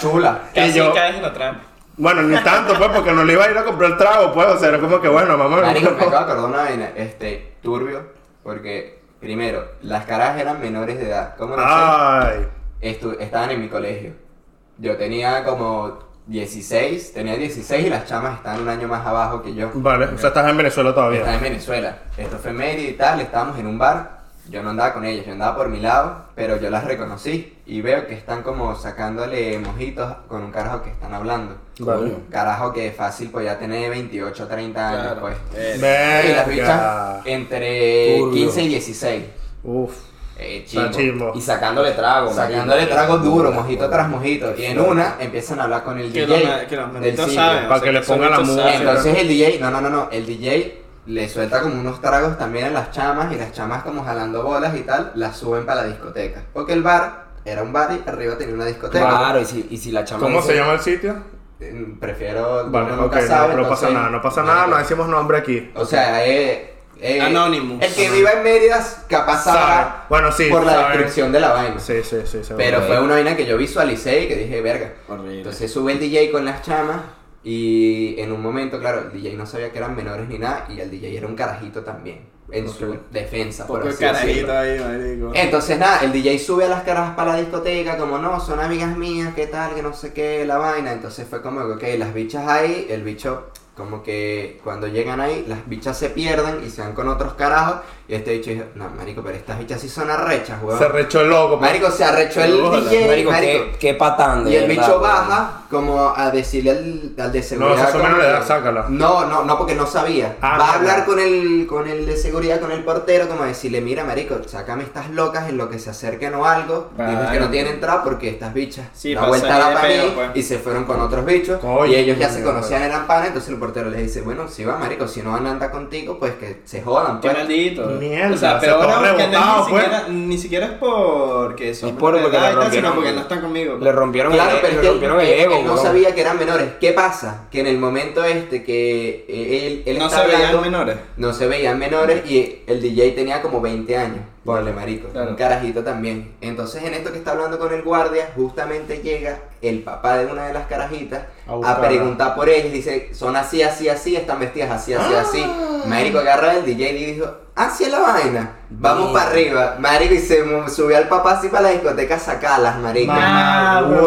[SPEAKER 1] *laughs* Chula.
[SPEAKER 3] Y yo,
[SPEAKER 4] caes en la trampa.
[SPEAKER 3] bueno, ni tanto, pues, porque no le iba a ir a comprar el trago, pues. O sea, era como que, bueno, mamá.
[SPEAKER 1] Marico, me acabo de acordar una vaina, este, turbio, porque primero, las caras eran menores de edad. ¿Cómo no sé?
[SPEAKER 3] Ay.
[SPEAKER 1] estu- estaban en mi colegio. Yo tenía como 16, tenía 16 y las chamas estaban un año más abajo que yo.
[SPEAKER 3] Vale, o sea, estás en Venezuela todavía.
[SPEAKER 1] Estaba en Venezuela. Esto fue Mérida y tal, estábamos en un bar. Yo no andaba con ellas, yo andaba por mi lado, pero yo las reconocí y veo que están como sacándole mojitos con un carajo que están hablando.
[SPEAKER 3] Vale.
[SPEAKER 1] Carajo que fácil, pues ya tiene 28, 30 años,
[SPEAKER 4] Claro. Eh,
[SPEAKER 1] pues. Y las
[SPEAKER 3] Verga.
[SPEAKER 1] bichas entre
[SPEAKER 2] Turbio.
[SPEAKER 1] 15 y 16.
[SPEAKER 3] Uf.
[SPEAKER 1] Eh,
[SPEAKER 3] Está chimbo.
[SPEAKER 1] chimbo.
[SPEAKER 2] Y sacándole trago, marico.
[SPEAKER 1] Sacándole trago duro, mojito tras mojito. Y en una empiezan a hablar con el
[SPEAKER 4] Que
[SPEAKER 1] DJ.
[SPEAKER 4] los- que los
[SPEAKER 1] del
[SPEAKER 4] manitos
[SPEAKER 1] sitio.
[SPEAKER 4] saben.
[SPEAKER 3] Para que le ponga la música.
[SPEAKER 1] Entonces el DJ, no, no, no, no. El DJ le suelta como unos tragos también a las chamas. Y las chamas, como jalando bolas y tal, las suben para la discoteca. Porque el bar era un bar y arriba tenía una discoteca.
[SPEAKER 2] Claro, y si, y si la chama.
[SPEAKER 3] ¿Cómo
[SPEAKER 2] dice-
[SPEAKER 3] se llama el sitio?
[SPEAKER 1] Eh, Prefiero.
[SPEAKER 3] Vale,
[SPEAKER 1] uno
[SPEAKER 3] ok,
[SPEAKER 1] nunca
[SPEAKER 3] no,
[SPEAKER 1] sabe,
[SPEAKER 3] no pasa
[SPEAKER 1] entonces-
[SPEAKER 3] nada, no pasa nada, no decimos nombre aquí.
[SPEAKER 1] O sea, eh, eh,
[SPEAKER 5] Anonymous.
[SPEAKER 1] El que viva en Mérida capaz
[SPEAKER 3] Sabe.
[SPEAKER 1] sabe
[SPEAKER 3] Bueno, sí,
[SPEAKER 1] por la
[SPEAKER 3] sabe.
[SPEAKER 1] descripción de la vaina.
[SPEAKER 3] Sí, sí, sí, seguro.
[SPEAKER 1] Pero fue una vaina que yo visualicé y que dije, verga.
[SPEAKER 5] Horrible.
[SPEAKER 1] Entonces sube el DJ con las chamas y en un momento, claro, el DJ no sabía que eran menores ni nada y el DJ era un carajito también, en su defensa, por
[SPEAKER 5] Poco
[SPEAKER 1] así decirlo. Eh,
[SPEAKER 5] carajito ahí, marico.
[SPEAKER 1] Entonces nada, el DJ sube a las caras para la discoteca, como no, son amigas mías, qué tal, que no sé qué, la vaina. Entonces fue como que, ok, las bichas ahí, el bicho, como que cuando llegan ahí, las bichas se pierden y se van con otros carajos. Y este bicho dijo, no, marico, pero estas bichas sí son arrechas, weón.
[SPEAKER 3] Se rechó el loco. pues.
[SPEAKER 1] Marico, se arrechó el
[SPEAKER 3] Hola,
[SPEAKER 1] DJ,
[SPEAKER 2] Marico,
[SPEAKER 1] marico.
[SPEAKER 2] qué, qué patán, de
[SPEAKER 1] Y el
[SPEAKER 2] verdad,
[SPEAKER 1] bicho
[SPEAKER 2] weón.
[SPEAKER 1] baja como a decirle al, al de seguridad.
[SPEAKER 3] esos son
[SPEAKER 1] como
[SPEAKER 3] menores de
[SPEAKER 1] que-
[SPEAKER 3] edad, sácala.
[SPEAKER 1] No, no, no, porque no sabía.
[SPEAKER 3] Ah,
[SPEAKER 1] Va a
[SPEAKER 3] mierda.
[SPEAKER 1] hablar con el, con el de seguridad, con el portero, como a decirle, mira, marico, sácame estas locas en lo que se acerquen o algo.
[SPEAKER 5] Vale.
[SPEAKER 1] Diles que no tienen entrada porque estas bichas
[SPEAKER 5] Sí,
[SPEAKER 1] la
[SPEAKER 5] pa'
[SPEAKER 1] vuelta
[SPEAKER 5] salir
[SPEAKER 1] la
[SPEAKER 5] de
[SPEAKER 1] pa'
[SPEAKER 5] pedo,
[SPEAKER 1] mí,
[SPEAKER 5] pues.
[SPEAKER 1] y se fueron con otros bichos.
[SPEAKER 3] Coño, pues.
[SPEAKER 1] y ellos ya se
[SPEAKER 3] coño,
[SPEAKER 1] conocían, eran panas, entonces el portero les dice, bueno, si va, marico, si no van a andar contigo, pues que se jodan.
[SPEAKER 5] Qué
[SPEAKER 1] Pues.
[SPEAKER 5] maldito.
[SPEAKER 3] Mierda,
[SPEAKER 5] o sea,
[SPEAKER 3] se
[SPEAKER 5] pero
[SPEAKER 3] fue
[SPEAKER 5] ahora porque no
[SPEAKER 3] rebotado,
[SPEAKER 5] es ni,
[SPEAKER 3] pues.
[SPEAKER 5] siquiera, ni siquiera es porque son
[SPEAKER 2] Es por- porque
[SPEAKER 5] menores de
[SPEAKER 2] le
[SPEAKER 5] edad y tal, sino
[SPEAKER 2] rompieron.
[SPEAKER 5] porque no están conmigo.
[SPEAKER 2] Le rompieron
[SPEAKER 1] Claro,
[SPEAKER 2] el,
[SPEAKER 1] pero
[SPEAKER 2] le
[SPEAKER 1] es que
[SPEAKER 2] rompieron el
[SPEAKER 1] él-
[SPEAKER 2] ego,
[SPEAKER 1] él no
[SPEAKER 2] weón.
[SPEAKER 1] sabía que eran menores. ¿Qué pasa? Que en el momento este que eh, él, él
[SPEAKER 5] no
[SPEAKER 1] está
[SPEAKER 5] se veían
[SPEAKER 1] hablando,
[SPEAKER 5] menores.
[SPEAKER 1] no se veían menores y el DJ tenía como 20 años, ponle marico,
[SPEAKER 5] Claro.
[SPEAKER 1] un carajito también. Entonces en esto que está hablando con el guardia, justamente llega el papá de una de las carajitas
[SPEAKER 3] A
[SPEAKER 1] a,
[SPEAKER 3] buscarla.
[SPEAKER 1] preguntar por ellas, dice, son así, así, así, están vestidas así, así, así. Marico agarra el DJ y dijo, así es la vaina, vamos
[SPEAKER 2] Mierda.
[SPEAKER 1] para arriba. Marico y se mu- subió al papá así para la discoteca a sacarlas, marico.
[SPEAKER 3] Mamá,
[SPEAKER 5] Ah, huevo.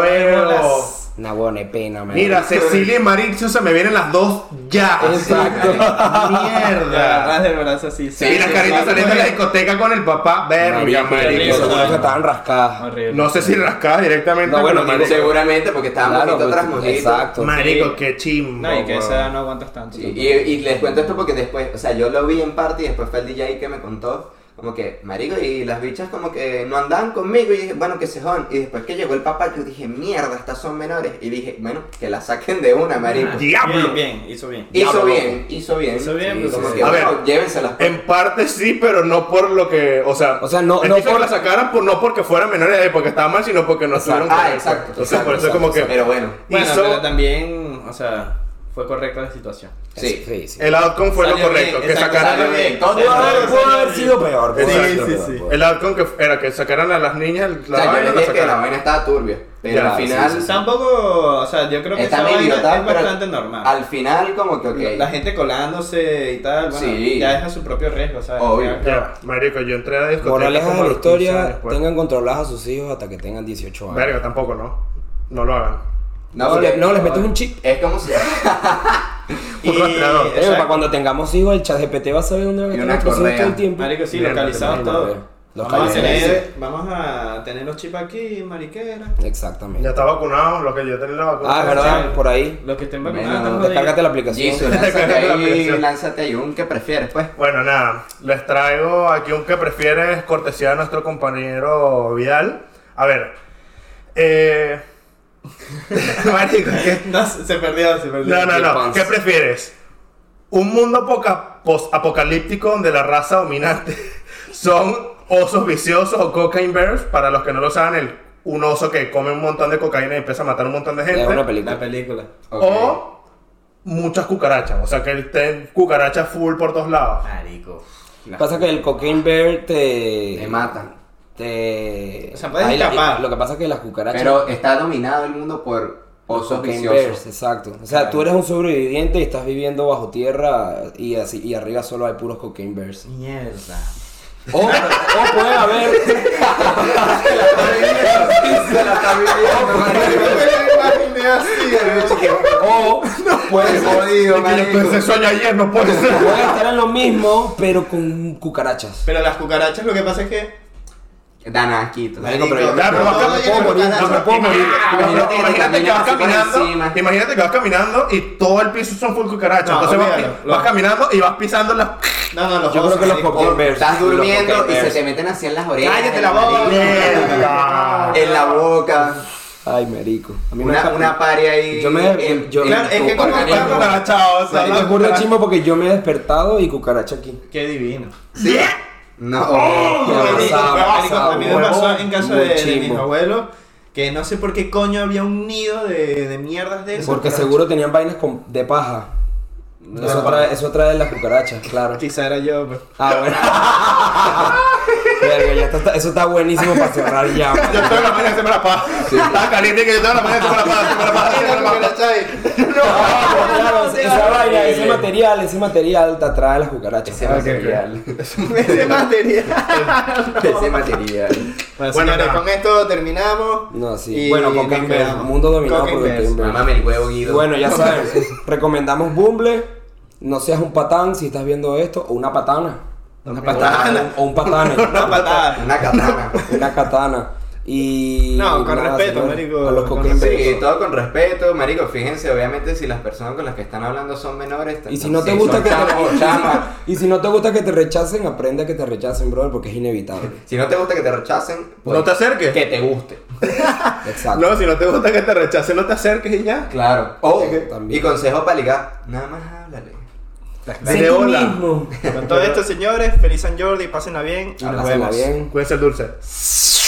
[SPEAKER 3] huevo.
[SPEAKER 2] Nah, weón, es pena, man.
[SPEAKER 3] Mira, Cecilia y Maritza se me vienen las dos ya.
[SPEAKER 2] Exacto.
[SPEAKER 3] Mierda.
[SPEAKER 5] Agarras del brazo así.
[SPEAKER 1] Sí,
[SPEAKER 3] Y las
[SPEAKER 1] sí,
[SPEAKER 3] caritas
[SPEAKER 1] claro,
[SPEAKER 3] saliendo de la discoteca con el papá. Verga,
[SPEAKER 2] Marico,
[SPEAKER 3] marico.
[SPEAKER 5] horrible,
[SPEAKER 2] seguro
[SPEAKER 5] weón.
[SPEAKER 2] que estaban rascadas.
[SPEAKER 5] Horrible.
[SPEAKER 3] No sé si rascada directamente.
[SPEAKER 2] No, bueno,
[SPEAKER 3] pero
[SPEAKER 2] marico,
[SPEAKER 3] marico.
[SPEAKER 1] Seguramente porque estábamos
[SPEAKER 2] Claro,
[SPEAKER 1] mojito tras
[SPEAKER 2] pues,
[SPEAKER 1] mojito.
[SPEAKER 2] exacto.
[SPEAKER 3] Marico, qué chimbo.
[SPEAKER 5] No, y que a esa
[SPEAKER 3] weón.
[SPEAKER 5] edad no aguantas tanto.
[SPEAKER 1] Sí, y, y les cuento esto porque después, o sea, yo lo vi en parte y después fue el DJ que me contó, como que, marico, y las bichas como que no andaban conmigo y dije, bueno, que se jodan. Y después que llegó el papá, yo dije, mierda, estas son menores. Y dije, bueno, que la saquen de una, marico.
[SPEAKER 3] Ah, Diablo.
[SPEAKER 5] Bien, bien, hizo bien.
[SPEAKER 1] Hizo bien, hizo bien.
[SPEAKER 5] Hizo bien,
[SPEAKER 1] Sí,
[SPEAKER 5] pues,
[SPEAKER 1] como
[SPEAKER 5] sí.
[SPEAKER 1] que,
[SPEAKER 3] A
[SPEAKER 1] bueno,
[SPEAKER 3] ver,
[SPEAKER 1] llévenselas. pues.
[SPEAKER 3] En parte sí, pero no por lo que. O sea,
[SPEAKER 2] O sea, no-
[SPEAKER 3] es
[SPEAKER 2] no
[SPEAKER 3] que se
[SPEAKER 2] por-
[SPEAKER 3] la sacaran por, no porque fueran menores de edad, porque estaban mal, sino porque no estuvieron.
[SPEAKER 1] Ah, exacto.
[SPEAKER 3] Entonces,
[SPEAKER 1] exacto,
[SPEAKER 3] por eso es
[SPEAKER 1] exacto,
[SPEAKER 3] como que.
[SPEAKER 1] Pero bueno,
[SPEAKER 5] Bueno,
[SPEAKER 3] hizo-
[SPEAKER 5] pero también, o sea, fue correcta la situación.
[SPEAKER 1] sí.
[SPEAKER 2] sí, sí.
[SPEAKER 3] el outcome fue lo
[SPEAKER 5] Salió
[SPEAKER 3] correcto.
[SPEAKER 5] bien,
[SPEAKER 3] que
[SPEAKER 5] exacto,
[SPEAKER 3] sacaran.
[SPEAKER 5] salió bien.
[SPEAKER 1] Todo
[SPEAKER 5] Salió
[SPEAKER 1] haber-
[SPEAKER 5] bien,
[SPEAKER 2] Pudo
[SPEAKER 5] salió
[SPEAKER 2] haber
[SPEAKER 5] bien.
[SPEAKER 2] sido peor, pudo
[SPEAKER 3] Sí,
[SPEAKER 2] haber sido
[SPEAKER 3] sí,
[SPEAKER 2] peor, pues.
[SPEAKER 5] sí.
[SPEAKER 2] weón.
[SPEAKER 3] El outcome que era que sacaran a las niñas
[SPEAKER 1] O
[SPEAKER 3] la
[SPEAKER 1] sea,
[SPEAKER 3] vaina,
[SPEAKER 1] yo
[SPEAKER 3] la
[SPEAKER 1] les dije que la
[SPEAKER 3] sacaran.
[SPEAKER 1] vaina estaba turbia, pero
[SPEAKER 3] Ya,
[SPEAKER 1] al
[SPEAKER 3] sí,
[SPEAKER 1] final...
[SPEAKER 5] Tampoco, o sea, yo creo que
[SPEAKER 1] Está
[SPEAKER 5] esa
[SPEAKER 1] medio
[SPEAKER 5] vaina
[SPEAKER 1] idiota,
[SPEAKER 5] es
[SPEAKER 1] pero
[SPEAKER 5] bastante normal.
[SPEAKER 1] Al final como que, ok.
[SPEAKER 5] La- La gente colándose y tal, bueno,
[SPEAKER 1] Sí.
[SPEAKER 5] ya es a su propio riesgo, ¿sabes?
[SPEAKER 1] Obvio.
[SPEAKER 5] Ya,
[SPEAKER 3] Ya, marico, yo entré a la discoteca.
[SPEAKER 2] Moraleja
[SPEAKER 3] como
[SPEAKER 2] de
[SPEAKER 3] a
[SPEAKER 2] la
[SPEAKER 3] los 15
[SPEAKER 2] historia,
[SPEAKER 3] años, pues.
[SPEAKER 2] tengan controladas a sus hijos hasta que tengan 18 años.
[SPEAKER 3] Verga, tampoco, ¿no? No lo hagan.
[SPEAKER 2] No,
[SPEAKER 1] porque-
[SPEAKER 2] le- no, les metes un chip.
[SPEAKER 1] Es como si...
[SPEAKER 5] Y-
[SPEAKER 3] *laughs* Un rastreador.
[SPEAKER 2] Eh, para cuando tengamos hijos, el chat GPT va a saber dónde van a
[SPEAKER 1] Y
[SPEAKER 2] estar
[SPEAKER 1] una
[SPEAKER 2] nuestros hijos
[SPEAKER 1] correa.
[SPEAKER 2] todo el tiempo.
[SPEAKER 5] Marico, sí,
[SPEAKER 3] Mierda,
[SPEAKER 5] localizados
[SPEAKER 3] te
[SPEAKER 5] todos.
[SPEAKER 2] imagino.
[SPEAKER 5] Vamos a,
[SPEAKER 2] Localizados.
[SPEAKER 5] tener, vamos a tener los chips aquí, mariquera.
[SPEAKER 3] Ya
[SPEAKER 2] Exactamente.
[SPEAKER 3] está vacunado, lo que yo tenía la vacuna.
[SPEAKER 2] Ah, es verdad, por ahí.
[SPEAKER 5] Los que estén
[SPEAKER 1] Bueno,
[SPEAKER 5] vacunados. están
[SPEAKER 2] Descárgate la aplicación.
[SPEAKER 1] Jisoo,
[SPEAKER 2] *laughs*
[SPEAKER 1] lánzate
[SPEAKER 3] La
[SPEAKER 1] ahí,
[SPEAKER 3] presión.
[SPEAKER 1] lánzate ahí un que prefieres, pues.
[SPEAKER 3] Bueno, nada, les traigo aquí un que prefieres cortesía de nuestro compañero Vidal. A ver, eh... *laughs* Marico, ¿qué?
[SPEAKER 5] jodidos. *laughs* No, se se perdió, se perdió.
[SPEAKER 3] No, no, no,
[SPEAKER 2] Pants.
[SPEAKER 3] ¿qué prefieres? ¿Un mundo poca- post-apocalíptico donde la raza dominante *laughs* son osos viciosos o cocaine bears? Para los que no lo saben, el, un oso que come un montón de cocaína y empieza a matar un montón de gente.
[SPEAKER 2] Es una
[SPEAKER 5] La
[SPEAKER 2] película.
[SPEAKER 5] película.
[SPEAKER 3] O muchas cucarachas, o sea que estén cucarachas full por todos lados.
[SPEAKER 5] Marico. No.
[SPEAKER 2] Pasa que el cocaine bear te.
[SPEAKER 1] Te matan.
[SPEAKER 2] Te.
[SPEAKER 5] O sea, puedes
[SPEAKER 2] Ahí la-
[SPEAKER 5] escapar.
[SPEAKER 2] Lo que pasa es que las cucarachas.
[SPEAKER 1] Pero está dominado el mundo por osos
[SPEAKER 2] cocaine bears,
[SPEAKER 1] viciosos.
[SPEAKER 2] exacto. O sea, tú eres un sobreviviente y estás viviendo bajo tierra y así y arriba solo hay puros cocaine bears.
[SPEAKER 1] *laughs*
[SPEAKER 5] Mierda.
[SPEAKER 2] O, o puede haber.
[SPEAKER 1] *laughs* Se la está
[SPEAKER 2] *laughs*
[SPEAKER 1] viviendo.
[SPEAKER 2] O
[SPEAKER 1] Pues jodido,
[SPEAKER 3] Y que yo pensé
[SPEAKER 1] marico.
[SPEAKER 3] sueño ayer, *laughs* no puede ser.
[SPEAKER 2] puede estar en lo mismo, pero con cucarachas.
[SPEAKER 5] Pero las cucarachas lo que pasa es que.
[SPEAKER 1] Dan asquito.
[SPEAKER 2] Marico, pero
[SPEAKER 3] Ya, pero vas
[SPEAKER 5] No,
[SPEAKER 3] cam-
[SPEAKER 5] no, yo no puedo
[SPEAKER 3] no, pero
[SPEAKER 1] morir,
[SPEAKER 3] imagínate-
[SPEAKER 1] no puedo morir.
[SPEAKER 3] Imagínate que vas
[SPEAKER 1] Caminas así por encima.
[SPEAKER 3] caminando, imagínate que vas caminando y todo el piso son full cucarachas.
[SPEAKER 5] No,
[SPEAKER 3] Entonces vas,
[SPEAKER 5] olvídalo,
[SPEAKER 3] vas
[SPEAKER 5] lo-
[SPEAKER 3] caminando y vas pisando las.
[SPEAKER 5] No, no, los
[SPEAKER 2] Yo creo que los
[SPEAKER 5] marico.
[SPEAKER 2] cocaine bears.
[SPEAKER 1] Estás
[SPEAKER 2] los
[SPEAKER 1] durmiendo y
[SPEAKER 2] cocaine
[SPEAKER 1] se
[SPEAKER 2] bears.
[SPEAKER 1] te meten así en las orejas.
[SPEAKER 5] Cállate
[SPEAKER 1] en
[SPEAKER 5] la boca.
[SPEAKER 1] nariz,
[SPEAKER 3] Mierda.
[SPEAKER 1] En la boca.
[SPEAKER 2] Ay, marico. A mí me
[SPEAKER 1] Una,
[SPEAKER 2] encanta-
[SPEAKER 1] una paria ahí.
[SPEAKER 2] Yo me-
[SPEAKER 1] en-
[SPEAKER 2] yo-
[SPEAKER 1] en
[SPEAKER 5] Claro, es
[SPEAKER 1] tu
[SPEAKER 5] que como
[SPEAKER 1] organismo.
[SPEAKER 5] está
[SPEAKER 3] cucarachas, o sea,
[SPEAKER 2] Marico, es burda
[SPEAKER 3] las
[SPEAKER 2] de
[SPEAKER 3] cucarachas.
[SPEAKER 2] chimbo porque yo me he despertado y cucaracha aquí.
[SPEAKER 5] Qué divino.
[SPEAKER 1] Sí. No,
[SPEAKER 2] Oh,
[SPEAKER 1] *laughs*
[SPEAKER 4] A mí-
[SPEAKER 1] abrazaba,
[SPEAKER 4] a mí- a mí me
[SPEAKER 1] huevo,
[SPEAKER 4] pasó en casa de,
[SPEAKER 1] muy
[SPEAKER 4] de mis
[SPEAKER 1] chimbo.
[SPEAKER 4] abuelos que no sé por qué coño había un nido de, de mierdas de eso.
[SPEAKER 2] Porque seguro tenían vainas con- de paja.
[SPEAKER 4] No,
[SPEAKER 2] eso,
[SPEAKER 4] no.
[SPEAKER 2] trae, eso trae las cucarachas, claro.
[SPEAKER 4] Quizá era yo, pues.
[SPEAKER 2] Ah, bueno. *laughs* Verga, ya está- eso está buenísimo para cerrar ya.
[SPEAKER 3] *laughs* Yo toda la mañana hacemos la paz. Estaba caliente que yo toda la mañana hacemos la paz, hacemos la paz, hacemos la paz.
[SPEAKER 2] Claro, claro,
[SPEAKER 4] se
[SPEAKER 2] esa
[SPEAKER 4] vale.
[SPEAKER 2] vaina, ese material, ese material te atrae las cucarachas.
[SPEAKER 4] Ah,
[SPEAKER 1] Ese
[SPEAKER 4] *laughs*
[SPEAKER 1] material.
[SPEAKER 4] Ese material.
[SPEAKER 1] Ese material.
[SPEAKER 4] Bueno,
[SPEAKER 3] Bueno,
[SPEAKER 4] señores,
[SPEAKER 3] nada.
[SPEAKER 4] con esto terminamos.
[SPEAKER 2] No, sí.
[SPEAKER 4] Y
[SPEAKER 1] Bueno, con
[SPEAKER 4] nos
[SPEAKER 1] Ken Bear.
[SPEAKER 4] quedamos.
[SPEAKER 2] Mundo dominado
[SPEAKER 4] Con Ken
[SPEAKER 2] por
[SPEAKER 4] Bear.
[SPEAKER 2] Ken Bear.
[SPEAKER 1] Mámame el huevo, Guido.
[SPEAKER 2] Bueno, ya saben,
[SPEAKER 1] *laughs*
[SPEAKER 2] recomendamos Bumble. No seas un patán si estás viendo esto, o una patana.
[SPEAKER 4] Una
[SPEAKER 1] patana.
[SPEAKER 2] O un patán.
[SPEAKER 4] Una patada.
[SPEAKER 1] *laughs* Una katana.
[SPEAKER 2] una katana. Y.
[SPEAKER 4] No, con respeto,
[SPEAKER 2] señores,
[SPEAKER 4] marico,
[SPEAKER 2] A los
[SPEAKER 4] con
[SPEAKER 2] coquetes.
[SPEAKER 1] *laughs* Sí, todo con respeto, marico, fíjense, obviamente si las personas con las que están hablando son menores,
[SPEAKER 2] Y si no te
[SPEAKER 1] sí,
[SPEAKER 2] gusta
[SPEAKER 1] son
[SPEAKER 2] que
[SPEAKER 1] chamos o
[SPEAKER 2] te
[SPEAKER 1] chamas.
[SPEAKER 2] y si no te gusta que te rechacen, aprende a que te rechacen, brother, porque
[SPEAKER 1] *laughs*
[SPEAKER 2] es inevitable.
[SPEAKER 1] Si no te gusta que te rechacen, pues,
[SPEAKER 3] No te acerques.
[SPEAKER 1] Que te guste.
[SPEAKER 2] Exacto.
[SPEAKER 3] No, si no te gusta que te rechacen, no te acerques y ya.
[SPEAKER 1] Claro. Oh,
[SPEAKER 2] También.
[SPEAKER 1] y consejo para ligar, nada más háblale.
[SPEAKER 2] Sé
[SPEAKER 3] Desde
[SPEAKER 2] tú
[SPEAKER 3] hola.
[SPEAKER 2] mismo.
[SPEAKER 1] Ah,
[SPEAKER 4] Con todo esto, señores, feliz San Jordi, pásenla bien. y nos
[SPEAKER 2] Pásenla
[SPEAKER 4] vemos.
[SPEAKER 2] bien.
[SPEAKER 3] Cuídense el dulce.